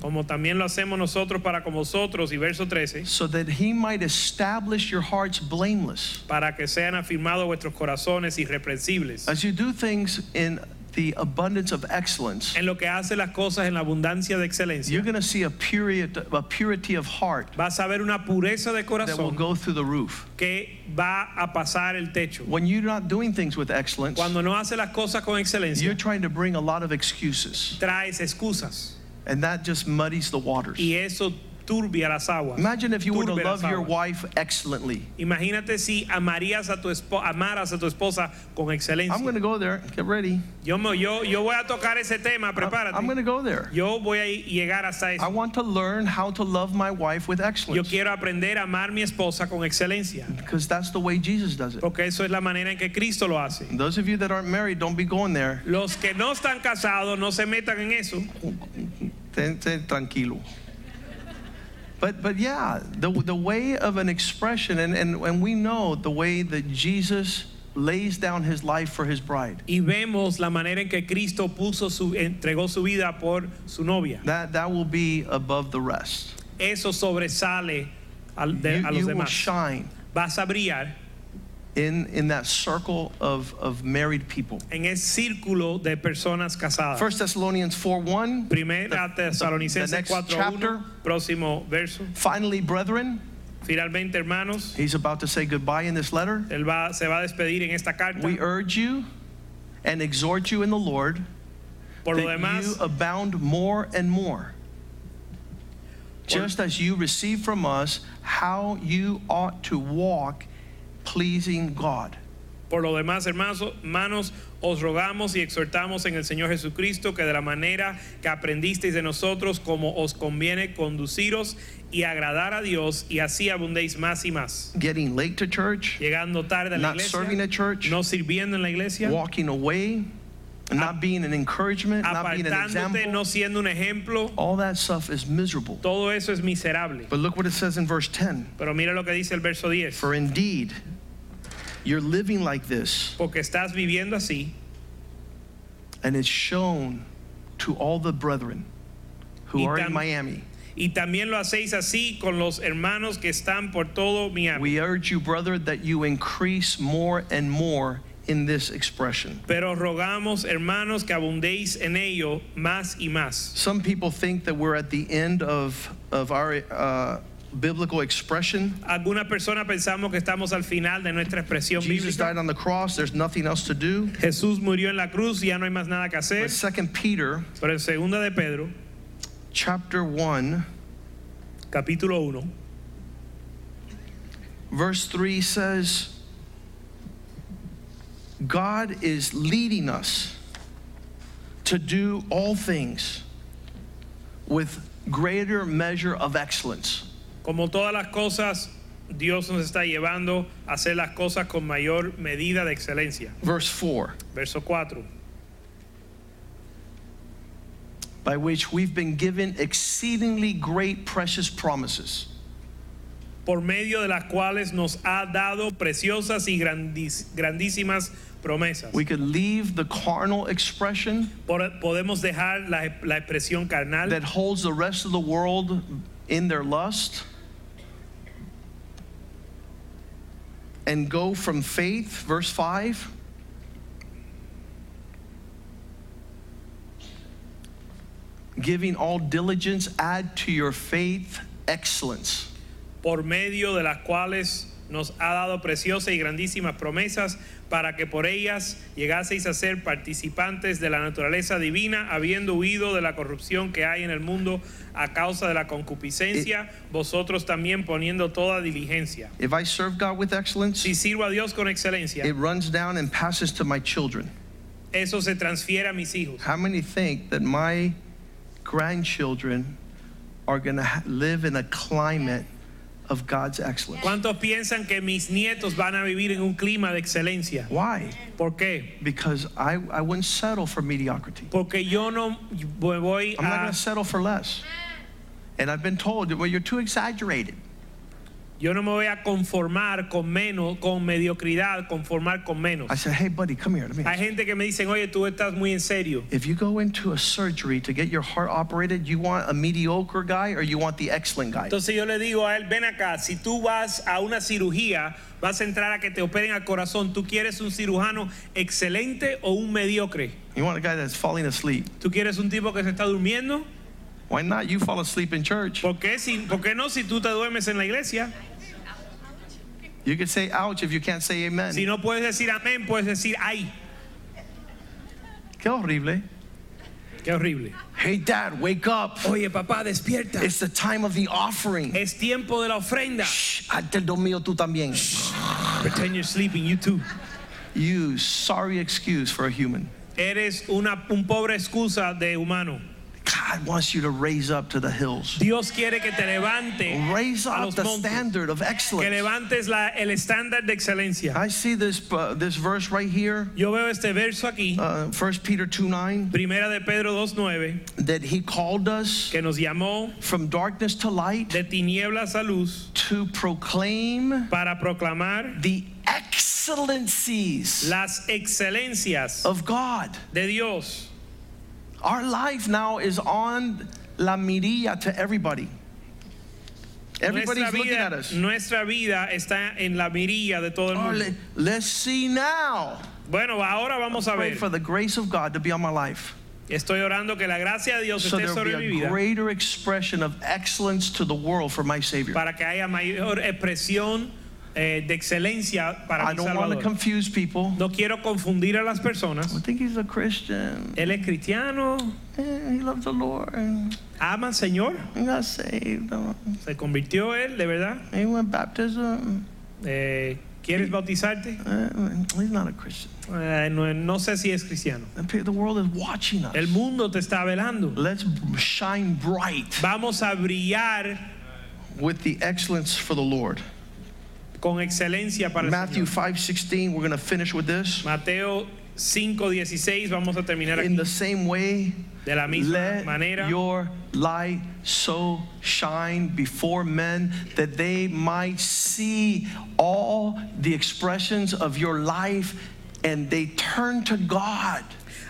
A: como también lo hacemos nosotros para con vosotros y verso 13.
B: so that he might establish your hearts blameless
A: para que sean afirmados vuestros corazones irreprensibles.
B: as you do things in the abundance of excellence
A: En lo que hace las cosas en la abundancia de excelencia,
B: you're going to see a purity, a purity of heart
A: vas a ver una pureza de
B: that will
A: corazón
B: go through the roof
A: que va a pasar el techo.
B: when you're not doing things with excellence
A: Cuando no hace las cosas con
B: you're
A: excelencia,
B: trying to bring a lot of excuses
A: traes excusas
B: and that just muddies the waters
A: y eso turbia las aguas.
B: imagine if you were to
A: turbia las
B: love your
A: aguas.
B: wife excellently
A: Imagínate si amarías a tu espo- amaras a tu esposa con excelencia.
B: I'm going to go there. Get ready.
A: Yo, me- yo, yo voy a tocar ese tema, prepárate.
B: I'm going to go there.
A: yo voy a llegar hasta
B: I
A: eso.
B: want to learn how to love my wife with
A: Yo
B: excellence
A: quiero aprender a amar mi esposa con excelencia.
B: because that's the way Jesus does it.
A: Porque eso es la manera en que Cristo lo hace.
B: Those of you that aren't married, don't be going there.
A: Los que no están casados no se metan en eso.
B: Ten- ten- Tranquilo. But, but yeah, the, the way of an expression, and, and, and we know the way that Jesus lays down his life for his bride.
A: Y vemos la manera en que Cristo puso su, entregó su vida por su novia.
B: That, that will be above the rest.
A: Eso sobresale al- de-
B: You,
A: a
B: you
A: los
B: will
A: demás.
B: shine
A: Vas a brillar
B: in, in that circle of, of married people.
A: en el círculo de personas casadas.
B: First Thessalonians 4 1.
A: Primera
B: the
A: Tesalonicenses
B: next chapter.
A: 4.1, próximo verso.
B: Finally, brethren,
A: Finalmente, hermanos,
B: he's about to say goodbye in this letter.
A: él va, se va a despedir en esta carta.
B: We urge you and exhort you in the Lord
A: Por
B: that
A: lo
B: you uh,
A: demás,
B: abound more and more, just as you receive from us how you ought to walk pleasing God.
A: Por lo demás, hermanos, hermanos, os rogamos y exhortamos en el Señor Jesucristo que de la manera que aprendisteis de nosotros, como os conviene conduciros y agradar a Dios, y así abundéis más y más.
B: getting late to church,
A: Llegando tarde a la
B: Not serving
A: iglesia,
B: at church.
A: no sirviendo en la iglesia,
B: walking away, not being an encouragement, not being an
A: apartándote,
B: example.
A: no siendo un ejemplo,
B: All that stuff is miserable.
A: todo eso es miserable.
B: But look what it says in verse 10
A: Pero mira lo que dice el verso 10.
B: For indeed, you're living like this,
A: Porque estás viviendo así
B: and it's shown to all the brethren who
A: Y
B: are in
A: tam-
B: Miami.
A: y también lo hacéis así con los hermanos que están por todo Miami.
B: We urge you, brother, that you increase more and more in this expression.
A: Pero rogamos, hermanos, que abundéis en ello más y más.
B: Some people think that we're at the end of, of our uh, biblical expression.
A: Algunas personas pensamos que estamos al final de nuestra expresión
B: Jesus
A: bíblica.
B: died on the cross, there's nothing else to do.
A: Jesús murió en la cruz y ya no hay más nada que hacer.
B: But 2 Peter
A: Pero en segunda de Pedro,
B: chapter 1,
A: capítulo 1,
B: verse 3 says, God is leading us to do all things with greater measure of excellence.
A: como todas las cosas, Dios nos está llevando a hacer las cosas con mayor medida de excelencia.
B: Verse 4,
A: Verso 4.
B: by which we've been given exceedingly great precious promises.
A: por medio de las cuales nos ha dado preciosas y grandis- grandísimas promesas.
B: We could leave the carnal expression
A: Por- podemos dejar la, la expresión carnal
B: that holds the rest of the world in their lust and go from faith, verse 5, giving all diligence, add to your faith excellence.
A: por medio de las cuales nos ha dado preciosas y grandísimas promesas para que por ellas llegaseis a ser participantes de la naturaleza divina, habiendo huido de la corrupción que hay en el mundo a causa de la concupiscencia, vosotros también poniendo toda diligencia.
B: If I serve God with excellence,
A: Si sirvo a Dios con excelencia,
B: it runs down and passes to my children.
A: eso se transfiere a mis hijos.
B: How many think that my grandchildren are going to ha- live in a climate of God's excellence?
A: ¿Cuántos piensan que mis nietos van a vivir en un clima de excelencia?
B: Why?
A: ¿Por qué?
B: Because I, I wouldn't settle for mediocrity.
A: Porque yo no me voy
B: I'm not
A: a
B: going to settle for less. And I've been told, well, you're too exaggerated.
A: yo no me voy a conformar con menos, con mediocridad, conformar con menos.
B: I said, hey, buddy, come here. Let me.
A: Hay gente que me dicen, "Oye, tú estás muy en serio."
B: If you go into a surgery to get your heart operated, you want a mediocre guy or you want the excellent guy?
A: Entonces yo le digo a él, "Ven acá, si tú vas a una cirugía, vas a entrar a que te operen al corazón, ¿tú quieres un cirujano excelente o un mediocre?
B: You want a guy that's falling asleep.
A: ¿Tú quieres un tipo que se está durmiendo?
B: Why not? You fall asleep in church.
A: ¿Por qué si por qué no si tú te duermes en la iglesia?"
B: You could say ouch if you can't say amen.
A: Si no puedes decir amén, puedes decir ay.
B: Qué horrible. eh?
A: Qué horrible.
B: Hey, Dad, wake up.
A: Oye, papá, despierta.
B: It's the time of the offering.
A: Es tiempo de la ofrenda.
B: Shh, hazte el dormido tú también.
A: Pretend you're sleeping, you too.
B: You sorry excuse for a human.
A: Eres una un pobre excusa de humano.
B: God wants you to raise up to the hills.
A: Dios quiere que te levante
B: Raise
A: a
B: up
A: los
B: the
A: montes.
B: standard of
A: Que
B: excellence.
A: levantes la- el estándar de excelencia.
B: I see this uh, this verse right here,
A: Yo veo este verso aquí,
B: uh, 1 Peter 2 9,
A: primera de Pedro 2.9,
B: that he called us
A: que nos llamó
B: from darkness to light
A: de tinieblas a luz
B: to proclaim
A: para proclamar
B: the excellencies
A: las excelencias
B: of God.
A: de Dios.
B: Our life now is on la mirilla to everybody. Everybody's
A: Nuestra
B: looking at
A: vida,
B: us.
A: nuestra vida está en la mirilla de todo el
B: Oh,
A: mundo.
B: let, let's see now.
A: Bueno, ahora vamos a
B: Pray
A: ver.
B: for the grace of God to be on my life.
A: Estoy orando que la gracia de Dios
B: So there
A: esté
B: will
A: sobre mi
B: be a
A: vida
B: greater expression of excellence to the world for my Savior.
A: para que haya mayor expresión eh, de excelencia para
B: I
A: mi
B: don't want to
A: Salvador.
B: confuse people.
A: No quiero confundir a las personas.
B: I think he's a Christian.
A: Él es cristiano,
B: Eh, he loves the Lord. and
A: ama al Señor,
B: He got saved. um,
A: se convirtió él, de verdad.
B: He went baptism.
A: Eh, ¿Quieres bautizarte?
B: Uh, he's not a Christian.
A: Eh, no, no sé si es cristiano.
B: And pe- The world is watching us.
A: El mundo te está velando.
B: Let's shine bright
A: Vamos a brillar
B: with the excellence for the Lord.
A: con excelencia para el
B: Matthew
A: Señor.
B: 5:16, we're going to finish with this.
A: Mateo 5:16, vamos a terminar
B: In
A: aquí.
B: the same way,
A: De la misma
B: let
A: manera,
B: your light so shine before men that they might see all the expressions of your life and they turn to God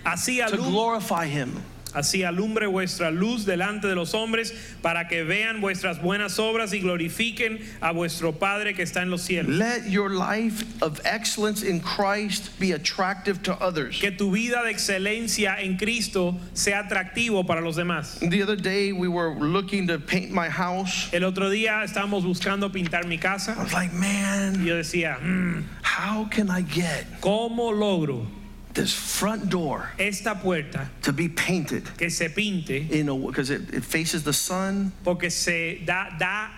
A: así
B: to
A: alumbra.
B: glorify him.
A: Así alumbre vuestra luz delante de los hombres para que vean vuestras buenas obras y glorifiquen a vuestro Padre que está en los cielos.
B: Let your life of excellence in Christ be attractive to others.
A: Que tu vida de excelencia en Cristo sea atractivo para los demás.
B: The other day we were looking to paint my house.
A: El otro día estábamos buscando pintar mi
B: I
A: casa
B: was like,
A: y
B: man,
A: yo decía, "Mm,
B: how can I get
A: ¿cómo logro
B: this front door
A: esta puerta
B: to be painted?
A: que se pinte
B: You know, because it, it faces the sun,
A: porque se da, da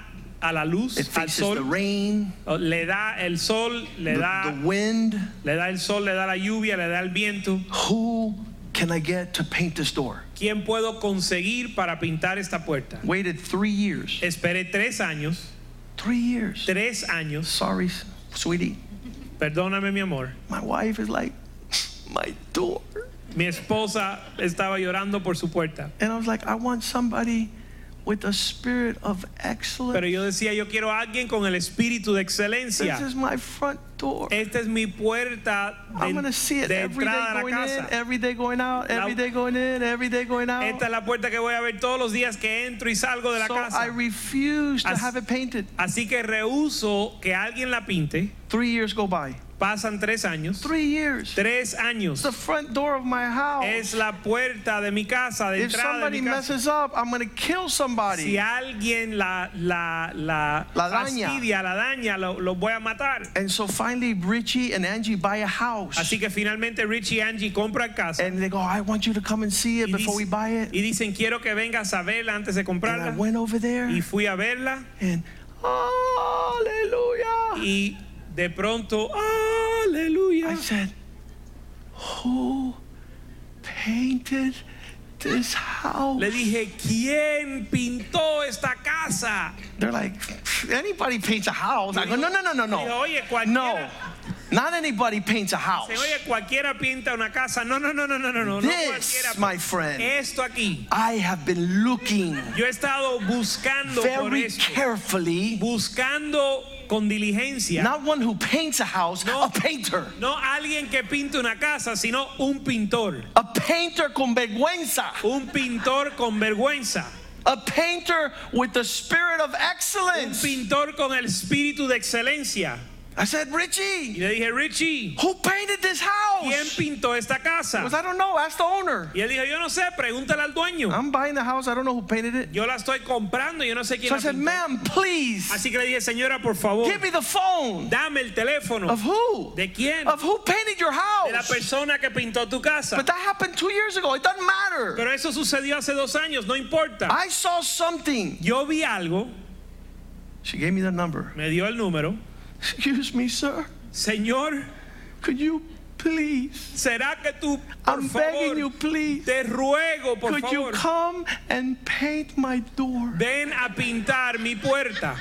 A: a la luz,
B: it
A: al
B: faces the
A: sol,
B: rain,
A: le da el sol, le
B: the,
A: da,
B: the wind.
A: le da el sol, le da la lluvia, le da el viento.
B: Who can I get to paint this door?
A: ¿Quién puedo conseguir para pintar esta puerta?
B: Waited three years.
A: Esperé tres años,
B: Three years.
A: tres años,
B: Sorry, s- sweetie.
A: perdóname mi amor.
B: My wife is like, my door.
A: Mi esposa estaba llorando por su puerta,
B: And I was like, I want somebody with a spirit of
A: pero
B: excellence.
A: yo decía, yo quiero a alguien con el espíritu de
B: This
A: excelencia.
B: is my front door.
A: Esta es mi puerta
B: I'm going
A: de,
B: to see it
A: de
B: every day
A: entrada a la
B: going in,
A: casa.
B: every day going out,
A: La-
B: every day going in, every day going out.
A: Esta es la puerta que voy a ver todos los días que entro y salgo de la
B: So I
A: casa.
B: refuse to
A: As-
B: have it painted.
A: Así que rehuso que alguien la pinte.
B: Three years go by.
A: Pasan tres años.
B: Three years.
A: Tres
B: It's
A: años.
B: the front door of my house.
A: Es la puerta de mi casa, de
B: If
A: entrada de
B: somebody
A: mi casa.
B: messes up, I'm going to kill
A: Si
B: somebody.
A: alguien la, la, la,
B: La daña.
A: fastidia, la daña, lo, lo voy a matar.
B: And so finally, Richie and Angie buy a house.
A: Así que finalmente Richie y Angie compran casa
B: And they go, I want you to come and see it
A: y,
B: before we
A: dice-
B: buy it.
A: y dicen quiero que vengas a verla antes de
B: And I
A: comprarla.
B: went over there
A: Y fui a verla
B: and hallelujah.
A: y de pronto,
B: I
A: aleluya.
B: said, Who painted this house?
A: Le dije, ¿quién pintó esta casa?
B: They're like, anybody paints a house. I go, no, no, no, no,
A: Dijo,
B: no.
A: oye, cualquiera.
B: No, not anybody paints a house.
A: Se oye, cualquiera pinta una casa. No, no, no, no, no, no, no. no cualquiera.
B: This, my friend,
A: Esto aquí.
B: I have been looking
A: Yo he estado buscando por
B: very
A: esto.
B: carefully.
A: buscando con diligencia
B: Not one who paints a house,
A: No.
B: a painter.
A: no alguien que pinte una casa, sino un pintor,
B: A painter con vergüenza.
A: un pintor con vergüenza,
B: A painter with the spirit of
A: un
B: excellence.
A: pintor con el espíritu de excelencia.
B: I said,
A: Y
B: Richie,
A: le dije, Richie,
B: who painted this
A: ¿quién
B: house?
A: pintó esta casa?
B: Because I don't know. Ask the owner.
A: Y él dijo, yo no sé, pregúntale al dueño.
B: I'm buying the house. I don't know who painted it.
A: Yo la estoy comprando, yo no sé quién
B: So I
A: la
B: said,
A: pintó.
B: ma'am, please
A: Así que le dije, señora, por favor,
B: give me the phone.
A: dame el teléfono.
B: Of who?
A: ¿De quién?
B: Of who painted your
A: De la
B: house?
A: persona que pintó tu casa.
B: But that happened two years ago. It doesn't matter.
A: Pero eso sucedió hace dos años, no importa.
B: I saw something.
A: Yo vi algo,
B: She gave me the number.
A: me dio el número.
B: Excuse me, sir.
A: Señor,
B: Could you please?
A: ¿Será que tú, por
B: I'm
A: favor,
B: begging you, please.
A: te ruego, por
B: Could you
A: favor,
B: come and paint my door?
A: ven a pintar mi puerta?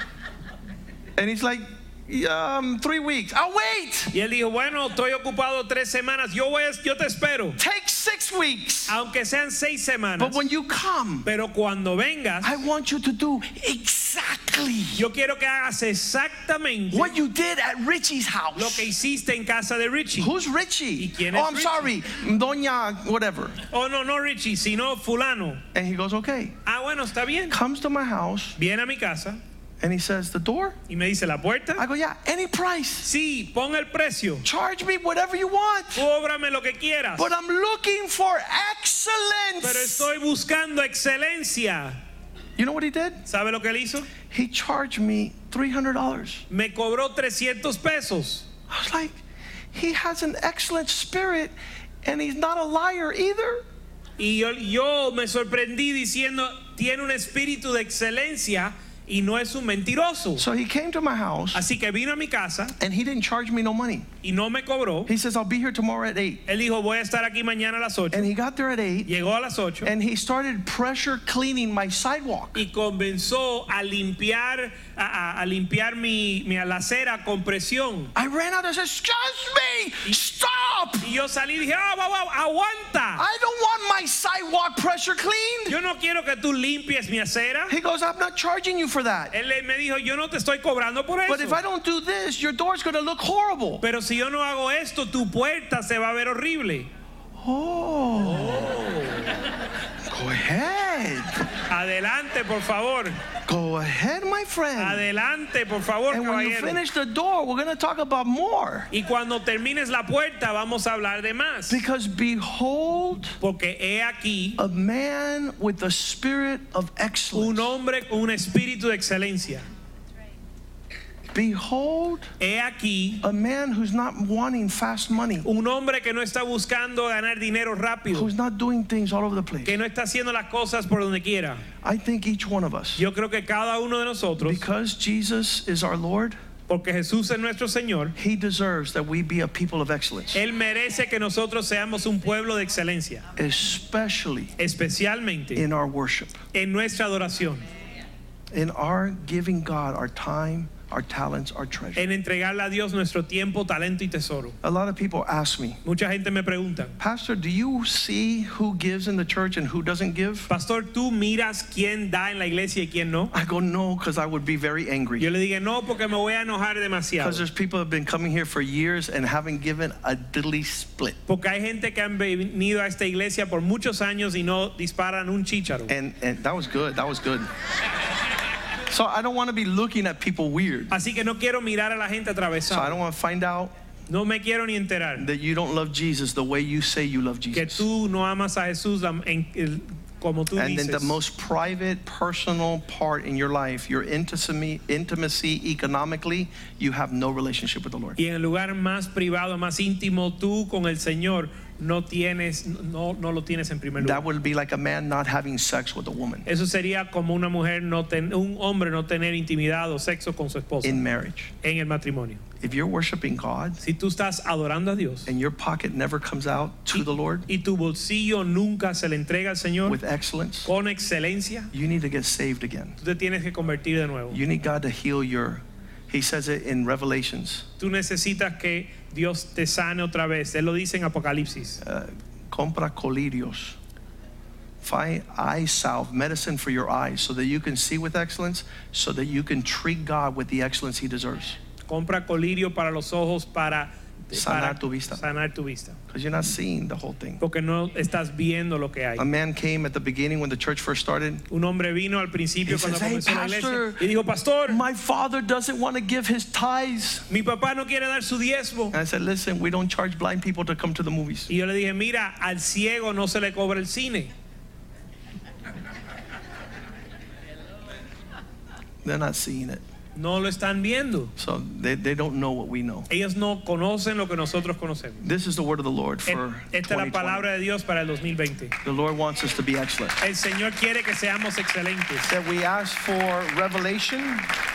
B: And he's like, yeah, um, three weeks. I'll wait.
A: Y él dijo, bueno, estoy ocupado tres semanas, yo, voy, a- yo te espero,
B: Take six weeks.
A: aunque sean seis semanas.
B: But when you come,
A: Pero cuando vengas,
B: I want you to do exactly
A: yo quiero que hagas exactamente
B: what you did at Richie's
A: lo que
B: house.
A: hiciste en casa de Richie.
B: Who's Richie?
A: ¿Y quién
B: Oh,
A: es
B: I'm
A: Richie?
B: sorry, Doña whatever.
A: Oh, no, no Richie, sino fulano.
B: And he goes, okay.
A: Ah, bueno, está bien.
B: Comes to my house
A: Viene a mi casa
B: and he says, the door?
A: y me dice, ¿la
B: I
A: puerta?
B: go, yeah, any price.
A: Sí, pon el precio.
B: Charge me whatever you want.
A: Cóbrame lo que quieras.
B: But I'm looking for
A: Pero
B: excellence.
A: estoy buscando excelencia.
B: You know what he did?
A: ¿Sabe lo que él hizo?
B: He charged me $300. I
A: Me cobró 300 pesos.
B: was like, he has an excellent spirit and he's not a liar either.
A: Y yo, yo me sorprendí diciendo, tiene un espíritu de excelencia y no es un mentiroso.
B: So he came to my house
A: Así que vino a mi casa
B: and he didn't charge me no money.
A: y no me cobró.
B: He says, I'll be here tomorrow at 8.
A: Él dijo, voy a estar aquí mañana a las 8.
B: And he got there at 8
A: Llegó a las 8
B: and he started pressure cleaning my sidewalk.
A: y comenzó a limpiar, a, a- a limpiar mi, mi alacera con presión.
B: I ran out and said, Excuse me, stop!
A: Y yo salí y dije, "Ah, guau, guau, aguanta.
B: I don't want my sidewalk pressure cleaned.
A: Yo no quiero que tú limpies mi acera.
B: He goes, I'm not charging you for that.
A: Él le- me dijo, yo no te estoy cobrando por
B: But if I
A: eso.
B: don't do this, your door's gonna look horrible.
A: Pero si yo no hago esto, tu puerta se va a ver horrible.
B: Oh. Go ahead.
A: Adelante, por favor.
B: Go ahead, my friend.
A: Adelante, por favor,
B: And when you
A: caballero.
B: finish the door, we're gonna talk about more.
A: Y cuando termines la puerta, vamos a hablar de más.
B: Because behold,
A: Porque he aquí
B: a man with the spirit of excellence.
A: un hombre con un espíritu de excelencia.
B: Behold,
A: He aquí
B: a man who's not wanting fast money,
A: un hombre que no está buscando ganar dinero rápido,
B: who's not doing things all over the place.
A: que no está haciendo las cosas por donde quiera.
B: I think each one of us,
A: Yo creo que cada uno de nosotros,
B: because Jesus is our Lord,
A: porque Jesús es nuestro Señor,
B: he deserves that we be a people of excellence,
A: Él merece que nosotros seamos un pueblo de excelencia,
B: especially
A: especialmente
B: in our worship,
A: en nuestra adoración,
B: in our giving God our time, our talents, our treasure.
A: en entregarle a Dios nuestro tiempo, talento y tesoro.
B: A lot of people ask me,
A: Mucha gente me pregunta,
B: Pastor, do you see who gives in the church and who doesn't give?
A: Pastor, ¿tú miras quién da en la iglesia y quién no?
B: I go, no, because I would be very angry.
A: Yo le dije, no, porque me voy a enojar
B: Because
A: demasiado.
B: there's people who have been coming here for years and haven't given a diddly split.
A: Porque hay gente que han venido a esta iglesia por muchos años y no disparan un chícharo.
B: And, and that was good. That was good. So I don't want to be looking at people weird.
A: Así que no quiero mirar a la gente
B: So I
A: atravesada.
B: don't want to find out
A: No me quiero ni enterar
B: that you don't love Jesus the way you say you love
A: que
B: Jesus.
A: tú no amas a Jesús la- en- el- como tú
B: And then the
A: dices.
B: most private, personal part in your life, your intimacy, intimacy economically, you have no relationship with the Lord.
A: Y en el lugar más privado, más íntimo, tú con el Señor no tienes, no, no lo tienes en primer
B: That
A: lugar.
B: would be like a man not having sex with a woman
A: Eso sería como una mujer no ten- un hombre no tener intimidad o sexo con su esposa
B: in marriage.
A: en el matrimonio.
B: If you're worshiping God
A: Si tú estás adorando a Dios
B: and your pocket never comes out to the Lord
A: y tu bolsillo nunca se le entrega al Señor
B: with excellence,
A: con excelencia,
B: you need to get saved again.
A: tú te tienes que convertir de nuevo.
B: You need God to heal your, he says it in Revelations,
A: Tú necesitas que Dios te sane otra vez. Él lo dice en Apocalipsis.
B: uh, compra colirios. Find eye salve, medicine for your eyes, so that you can see with excellence, so that you can treat God with the excellence he deserves.
A: Compra colirio para los ojos para
B: Sanar
A: para
B: tu vista.
A: Sanar tu vista.
B: Because you're not seeing the whole thing.
A: Porque no estás viendo lo que hay.
B: A man came at the beginning when the church first started.
A: Un hombre vino al principio
B: He
A: cuando
B: says, "Hey,
A: comenzó la iglesia
B: pastor,
A: y dijo, pastor,
B: My father doesn't want to give his tithes.
A: mi papá no quiere dar su diezmo.
B: And I said, listen, we don't charge blind people to come to the movies.
A: Y yo le dije, mira, al ciego no se le cobra el cine.
B: They're not seeing it.
A: No lo están viendo.
B: So they, they don't know what we know.
A: Ellos no conocen lo que nosotros conocemos. E-,
B: This is the word of the Lord for
A: Esta es la
B: 2020.
A: palabra de Dios para el 2020.
B: The Lord wants us to be excellent.
A: El Señor quiere que seamos excelentes,
B: That we ask for revelation,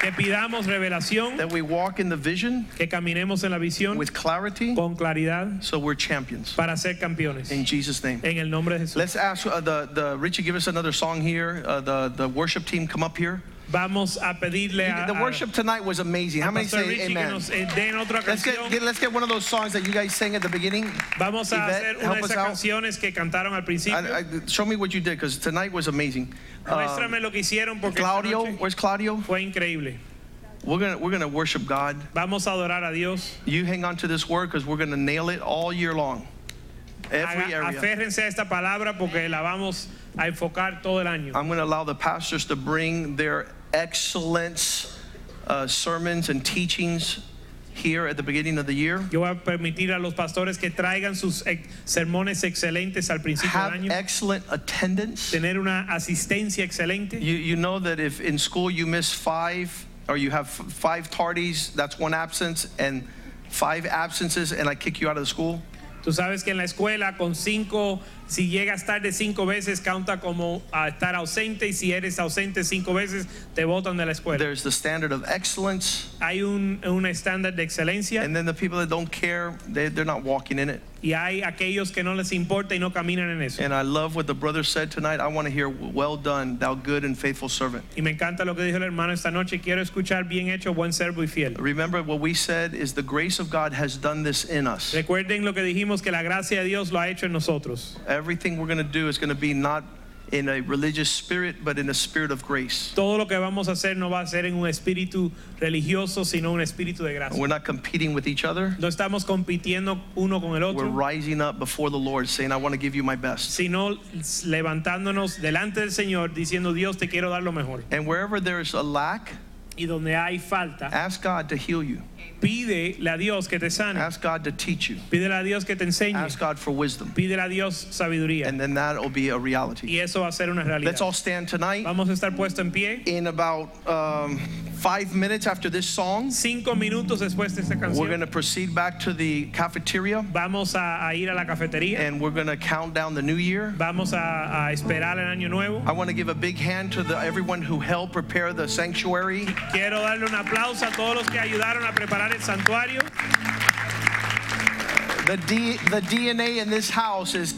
A: que pidamos revelación,
B: that we walk in the vision
A: que caminemos en la visión
B: with clarity,
A: con claridad
B: so we're champions.
A: para ser campeones.
B: In Jesus' name.
A: En el nombre de Jesús.
B: Let's ask uh, the, the Richie, give us another song here. Uh, the, the worship team, come up here.
A: Vamos a pedirle a,
B: The
A: a-
B: worship tonight was amazing. How
A: a
B: many
A: Pastor
B: say
A: Richie que
B: amen?
A: nos eh, den otra
B: Let's
A: canción.
B: get, get- let's get one of those songs that you guys sang at the beginning.
A: Vamos a
B: Yvette,
A: hacer una
B: help
A: de
B: us
A: esas
B: out.
A: canciones que cantaron al principio.
B: I, um, I, show me what you did, because tonight was amazing. Uh,
A: Muéstrame lo que hicieron porque esta
B: Claudio,
A: noche
B: where's Claudio?
A: fue increíble.
B: We're gonna we're gonna worship God.
A: Vamos a adorar a Dios.
B: You hang on to this word, because we're gonna nail it all year long, every
A: Haga-
B: area.
A: aférrense a esta palabra porque la vamos a enfocar todo el año.
B: I'm going to allow the pastors to bring their excellence uh, sermons and teachings here at the beginning of the year.
A: Yo voy a permitir a los pastores que traigan sus ex- sermones excelentes al principio del
B: Have
A: año,
B: excellent attendance.
A: tener una asistencia excelente.
B: You, you know that if in school you miss five or you have f- five tardies, that's one absence, and five absences, and I kick you out of the school.
A: Tú sabes que en la escuela con cinco, si llegas tarde cinco veces, cuenta como ah, estar ausente y si eres ausente cinco veces, te botan de la escuela.
B: There's the standard of excellence,
A: Hay un un estándar de excelencia
B: and then the people that don't care, they, they're not walking in it.
A: y hay aquellos que no les importa y no caminan en eso.
B: And I love what the brother said tonight. I want to hear, well done, thou good and faithful servant.
A: Y me encanta lo que dijo el hermano esta noche. Quiero escuchar bien hecho, buen servo y fiel.
B: Remember what we said is the grace of God has done this in us.
A: Recuerden lo que dijimos que la gracia de Dios lo ha hecho en nosotros.
B: Everything we're going to do is going to be not in a religious spirit, but in a spirit of grace.
A: Todo lo que vamos a hacer no va a ser en un espíritu religioso, sino un espíritu de gracia.
B: We're not competing with each other.
A: No estamos compitiendo uno con el
B: We're
A: otro,
B: rising up before the Lord saying, I want to give you my best.
A: sino levantándonos delante del Señor diciendo, Dios, te quiero dar lo mejor.
B: And wherever there's a lack,
A: Y donde hay falta,
B: ask God to heal you.
A: pídele a Dios que te sane,
B: Ask God to teach you.
A: pídele a Dios que te enseñe,
B: Ask God for wisdom.
A: pídele a Dios sabiduría.
B: And then that'll be a
A: Y
B: reality.
A: eso va a ser una realidad.
B: Let's all stand tonight.
A: Vamos a estar puesto en pie.
B: In about um, five minutes after this song,
A: Cinco minutos después de esta
B: we're going
A: canción,
B: to proceed back to the cafeteria
A: vamos a, a ir a la cafetería.
B: and we're going to count down the new year.
A: Vamos a, a esperar el año nuevo.
B: I want to give a big hand to the, everyone who helped prepare the sanctuary.
A: Quiero darle un aplauso a todos los que ayudaron a preparar el santuario.
B: The, D, the DNA in this house is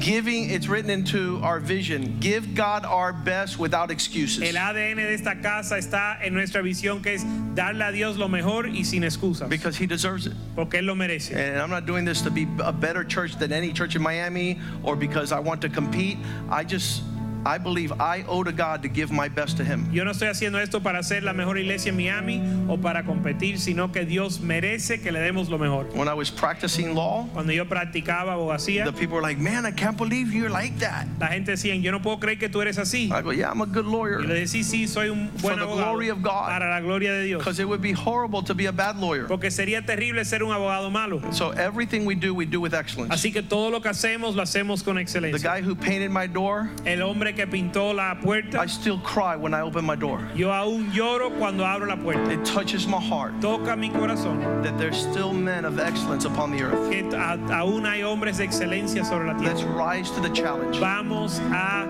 B: giving, it's written into our vision give God our best without excuses.
A: El ADN de esta casa está en nuestra visión que es darle a Dios lo mejor y sin excusas,
B: Because Eh. he deserves it.
A: porque Él lo merece.
B: And I'm not doing this to be a better church than any church in Miami or because I want to compete. I just, I believe I owe to God to give my best to him.
A: Yo no estoy haciendo esto para ser la mejor iglesia en Miami o para competir, sino que Dios merece que le demos lo mejor.
B: When I was practicing law,
A: Cuando yo practicaba abogacía,
B: the people were like, man, I can't believe you're like that.
A: la gente decía, yo no puedo creer que tú eres así.
B: I go, yeah, I'm a good
A: Y le
B: lawyer.
A: decía, sí, sí, soy un
B: For
A: buen
B: the
A: abogado
B: glory of God.
A: para la gloria de Dios.
B: Because it would be horrible to be a bad lawyer.
A: Porque sería terrible ser un abogado malo.
B: So everything we do, we do with excellence.
A: Así que todo lo que hacemos lo hacemos con
B: The
A: excelencia.
B: guy who painted my door,
A: El hombre que pintó la puerta,
B: I still cry when I open my door.
A: yo aún lloro cuando abro la puerta.
B: It touches my heart
A: Toca mi corazón
B: that there's still men of excellence upon the earth.
A: que a- aún hay hombres de excelencia sobre la
B: Let's
A: tierra.
B: rise to the challenge
A: Vamos a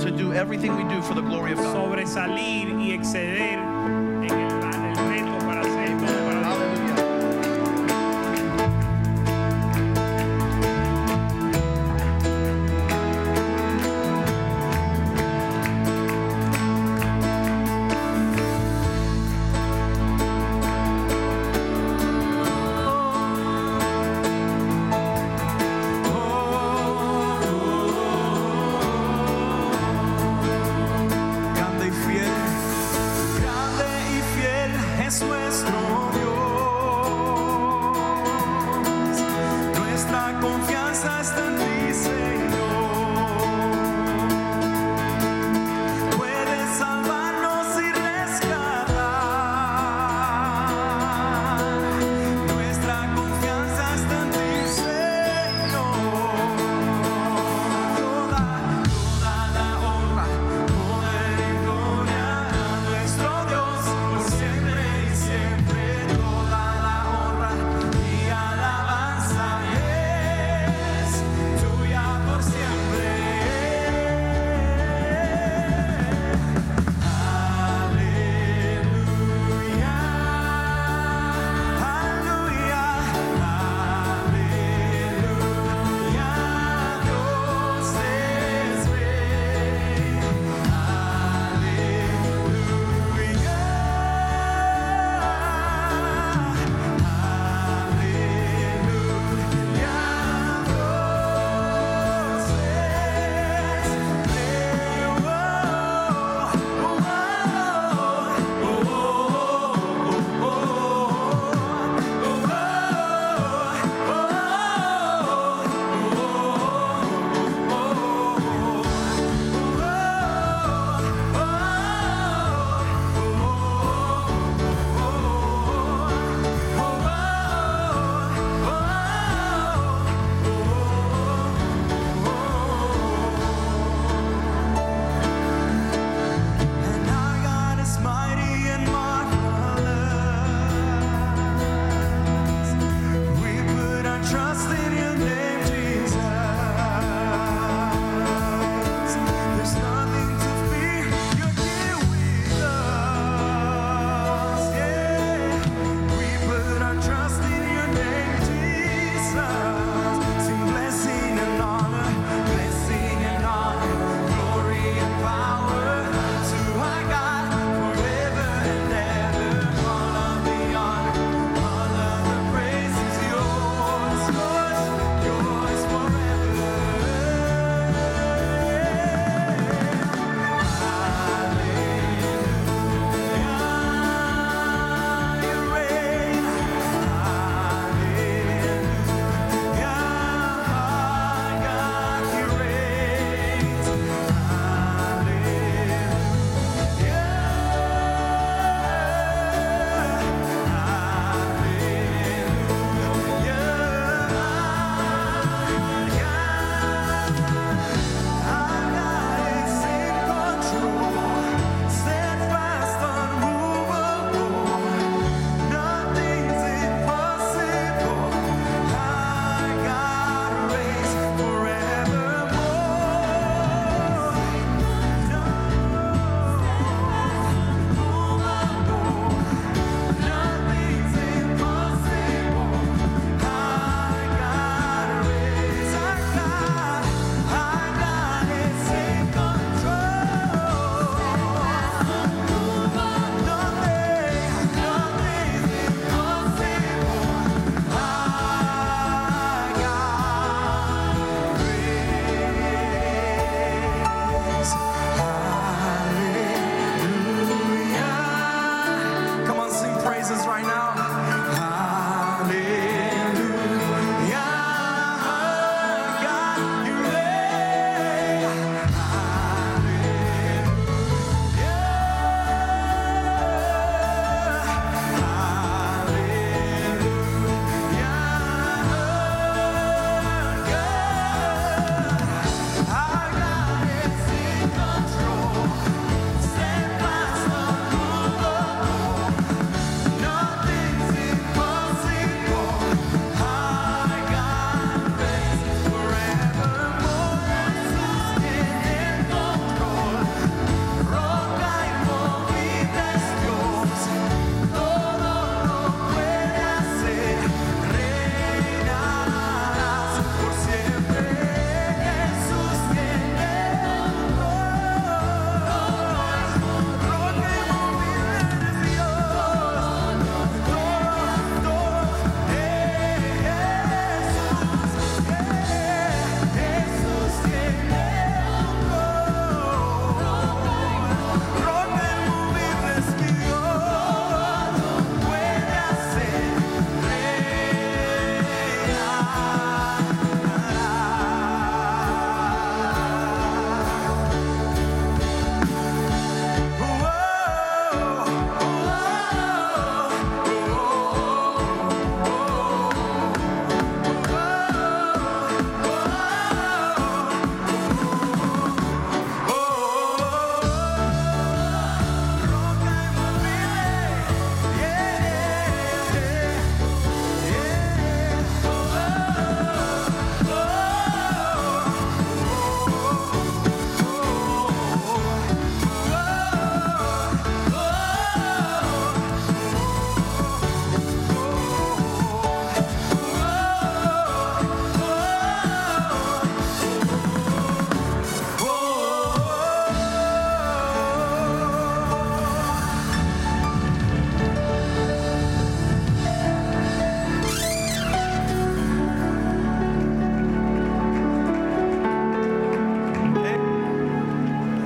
B: to do everything we do for the glory of God.
A: sobresalir y exceder en el, en el reto para hacer todo para Dios.
B: Hallelujah.
D: Grande y fiel, grande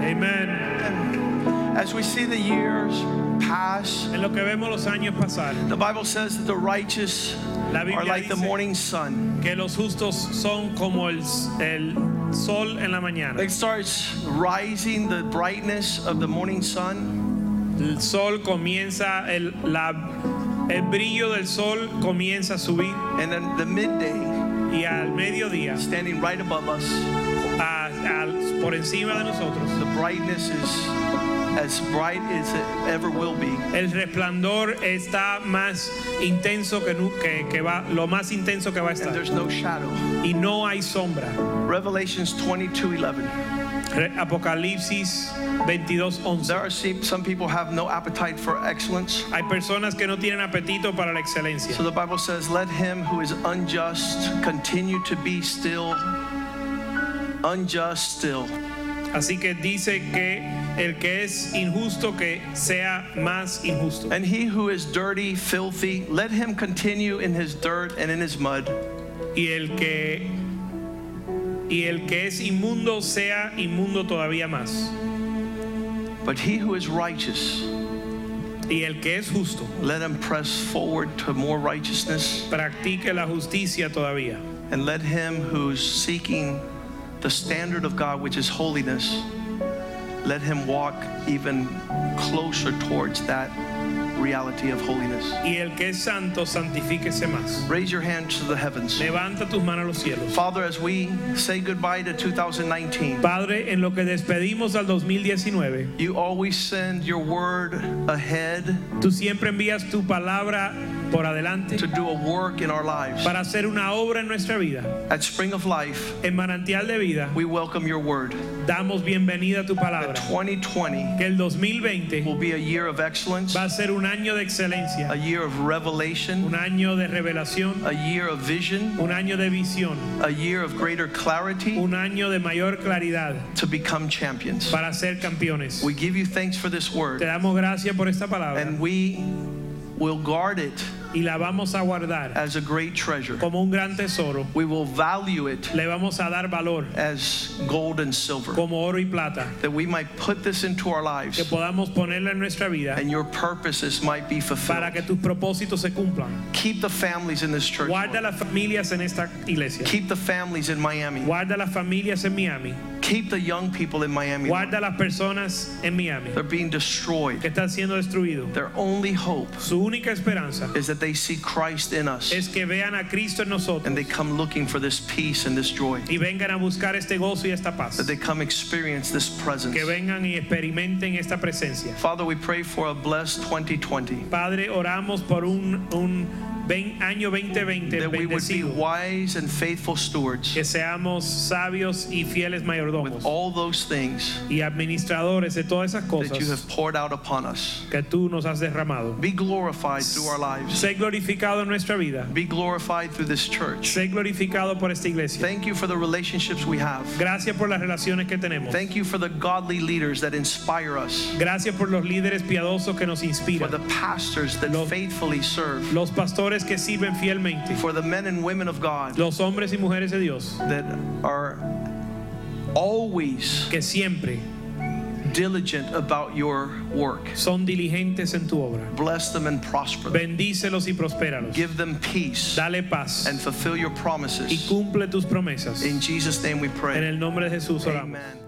A: Amen.
B: As we see the years pass,
A: En lo que vemos los años pasar,
B: the Bible says that the righteous
A: La
B: are
A: Biblia
B: like the
A: dice-
B: morning sun.
A: que los justos son como el, el sol en la mañana.
B: It starts rising, the brightness of the morning sun,
A: El sol comienza, el, la- el brillo del sol comienza a subir
B: and then the midday
A: y al mediodía,
B: standing right above us,
A: a- a- por encima de nosotros,
B: the brightness is as bright as it ever will be.
A: el resplandor está más intenso que, nu- que, que va, lo más intenso que va a
B: And
A: estar.
B: there's no shadow.
A: Y no hay sombra.
B: Revelations 22 11.
A: Re- Apocalipsis 22, 11.
B: There are se- some people have no appetite for excellence.
A: Hay personas que no tienen apetito para la excelencia.
B: So the Bible says, Let him who is unjust continue to be still unjust still.
A: Así que dice que el que es injusto que sea más injusto.
B: And he who is dirty, filthy, let him continue in his dirt and in his mud.
A: Y el que y el que es inmundo sea inmundo todavía más.
B: But he who is righteous,
A: Y el que es justo
B: let him press forward to more righteousness.
A: practique la justicia todavía.
B: And let him who's seeking the standard of God, which is holiness, let him walk even closer towards that reality of holiness.
A: Y el que es santo santifíquese más.
B: Raise your hand to the heavens.
A: Levanta tus manos a los cielos.
B: Father, as we say goodbye to 2019,
A: Padre, en lo que despedimos al 2019,
B: you always send your word ahead
A: tú siempre envías tu palabra por adelante
B: to do a work in our lives.
A: para hacer una obra en nuestra vida.
B: At Spring of Life,
A: En manantial de vida,
B: we welcome your word.
A: damos bienvenida a tu
B: That
A: palabra.
B: 2020
A: Que el 2020
B: will be a year of excellence,
A: va a ser un año de excelencia.
B: a year of revelation,
A: un año de revelación,
B: a year of vision,
A: un año de visión,
B: a year of greater clarity
A: un año de mayor claridad
B: to become champions.
A: para ser campeones.
B: We give you thanks for this
A: Te
B: word,
A: damos gracias por esta palabra
B: and we will guard it
A: y la vamos a guardar
B: as a great treasure.
A: como un gran tesoro.
B: We will value it
A: Le vamos a dar valor
B: as gold and silver.
A: como oro y plata,
B: that we might put this into our
A: que
B: lives
A: podamos ponerla en nuestra vida
B: and your purposes might be
A: para que
B: fulfilled.
A: tus propósitos se cumplan.
B: Keep the families in this church.
A: Guarda
B: Lord.
A: las familias en esta iglesia.
B: Keep the families in Miami.
A: Guarda las familias en Miami.
B: Keep the young people in Miami. Lord.
A: Guarda las personas en Miami
B: They're being destroyed.
A: que están siendo destruidos.
B: Their only hope
A: Su única esperanza
B: is that they see Christ in us
A: es que vean a Cristo en nosotros.
B: and they come looking for this peace and this joy.
A: y vengan a buscar este gozo y esta paz.
B: That they come experience this presence.
A: Que vengan y experimenten esta presencia.
B: Father, we pray for a blessed 2020.
A: Padre, oramos por un, un vein- año 2020
B: That we would be
A: bendecido.
B: wise and faithful stewards
A: Que seamos sabios y fieles
B: with
A: mayordomos
B: all those things
A: y administradores de todas esas
B: that you have
A: cosas
B: poured out upon us.
A: que tú nos has derramado.
B: Be glorified through our lives.
A: Sé glorificado en nuestra vida.
B: Be glorified through this church.
A: Sé glorificado por esta iglesia.
B: Thank you for the relationships we have.
A: Gracias por las relaciones que tenemos.
B: Thank you for the godly leaders that inspire us,
A: Gracias por los líderes piadosos que nos
B: for the
A: inspiran.
B: pastors that
A: Lo-
B: faithfully serve,
A: Los pastores que sirven fielmente.
B: for the men and women of God
A: Los hombres y mujeres de Dios
B: that are always
A: que siempre
B: diligent about your work.
A: son diligentes en tu obra.
B: Bless them and prosper them.
A: Bendícelos y prospéralos.
B: Give them peace
A: Dale paz
B: and fulfill your
A: y
B: promises.
A: cumple tus promesas.
B: In Jesus' name we
A: En
B: pray.
A: el nombre de Jesús oramos.
B: Amen.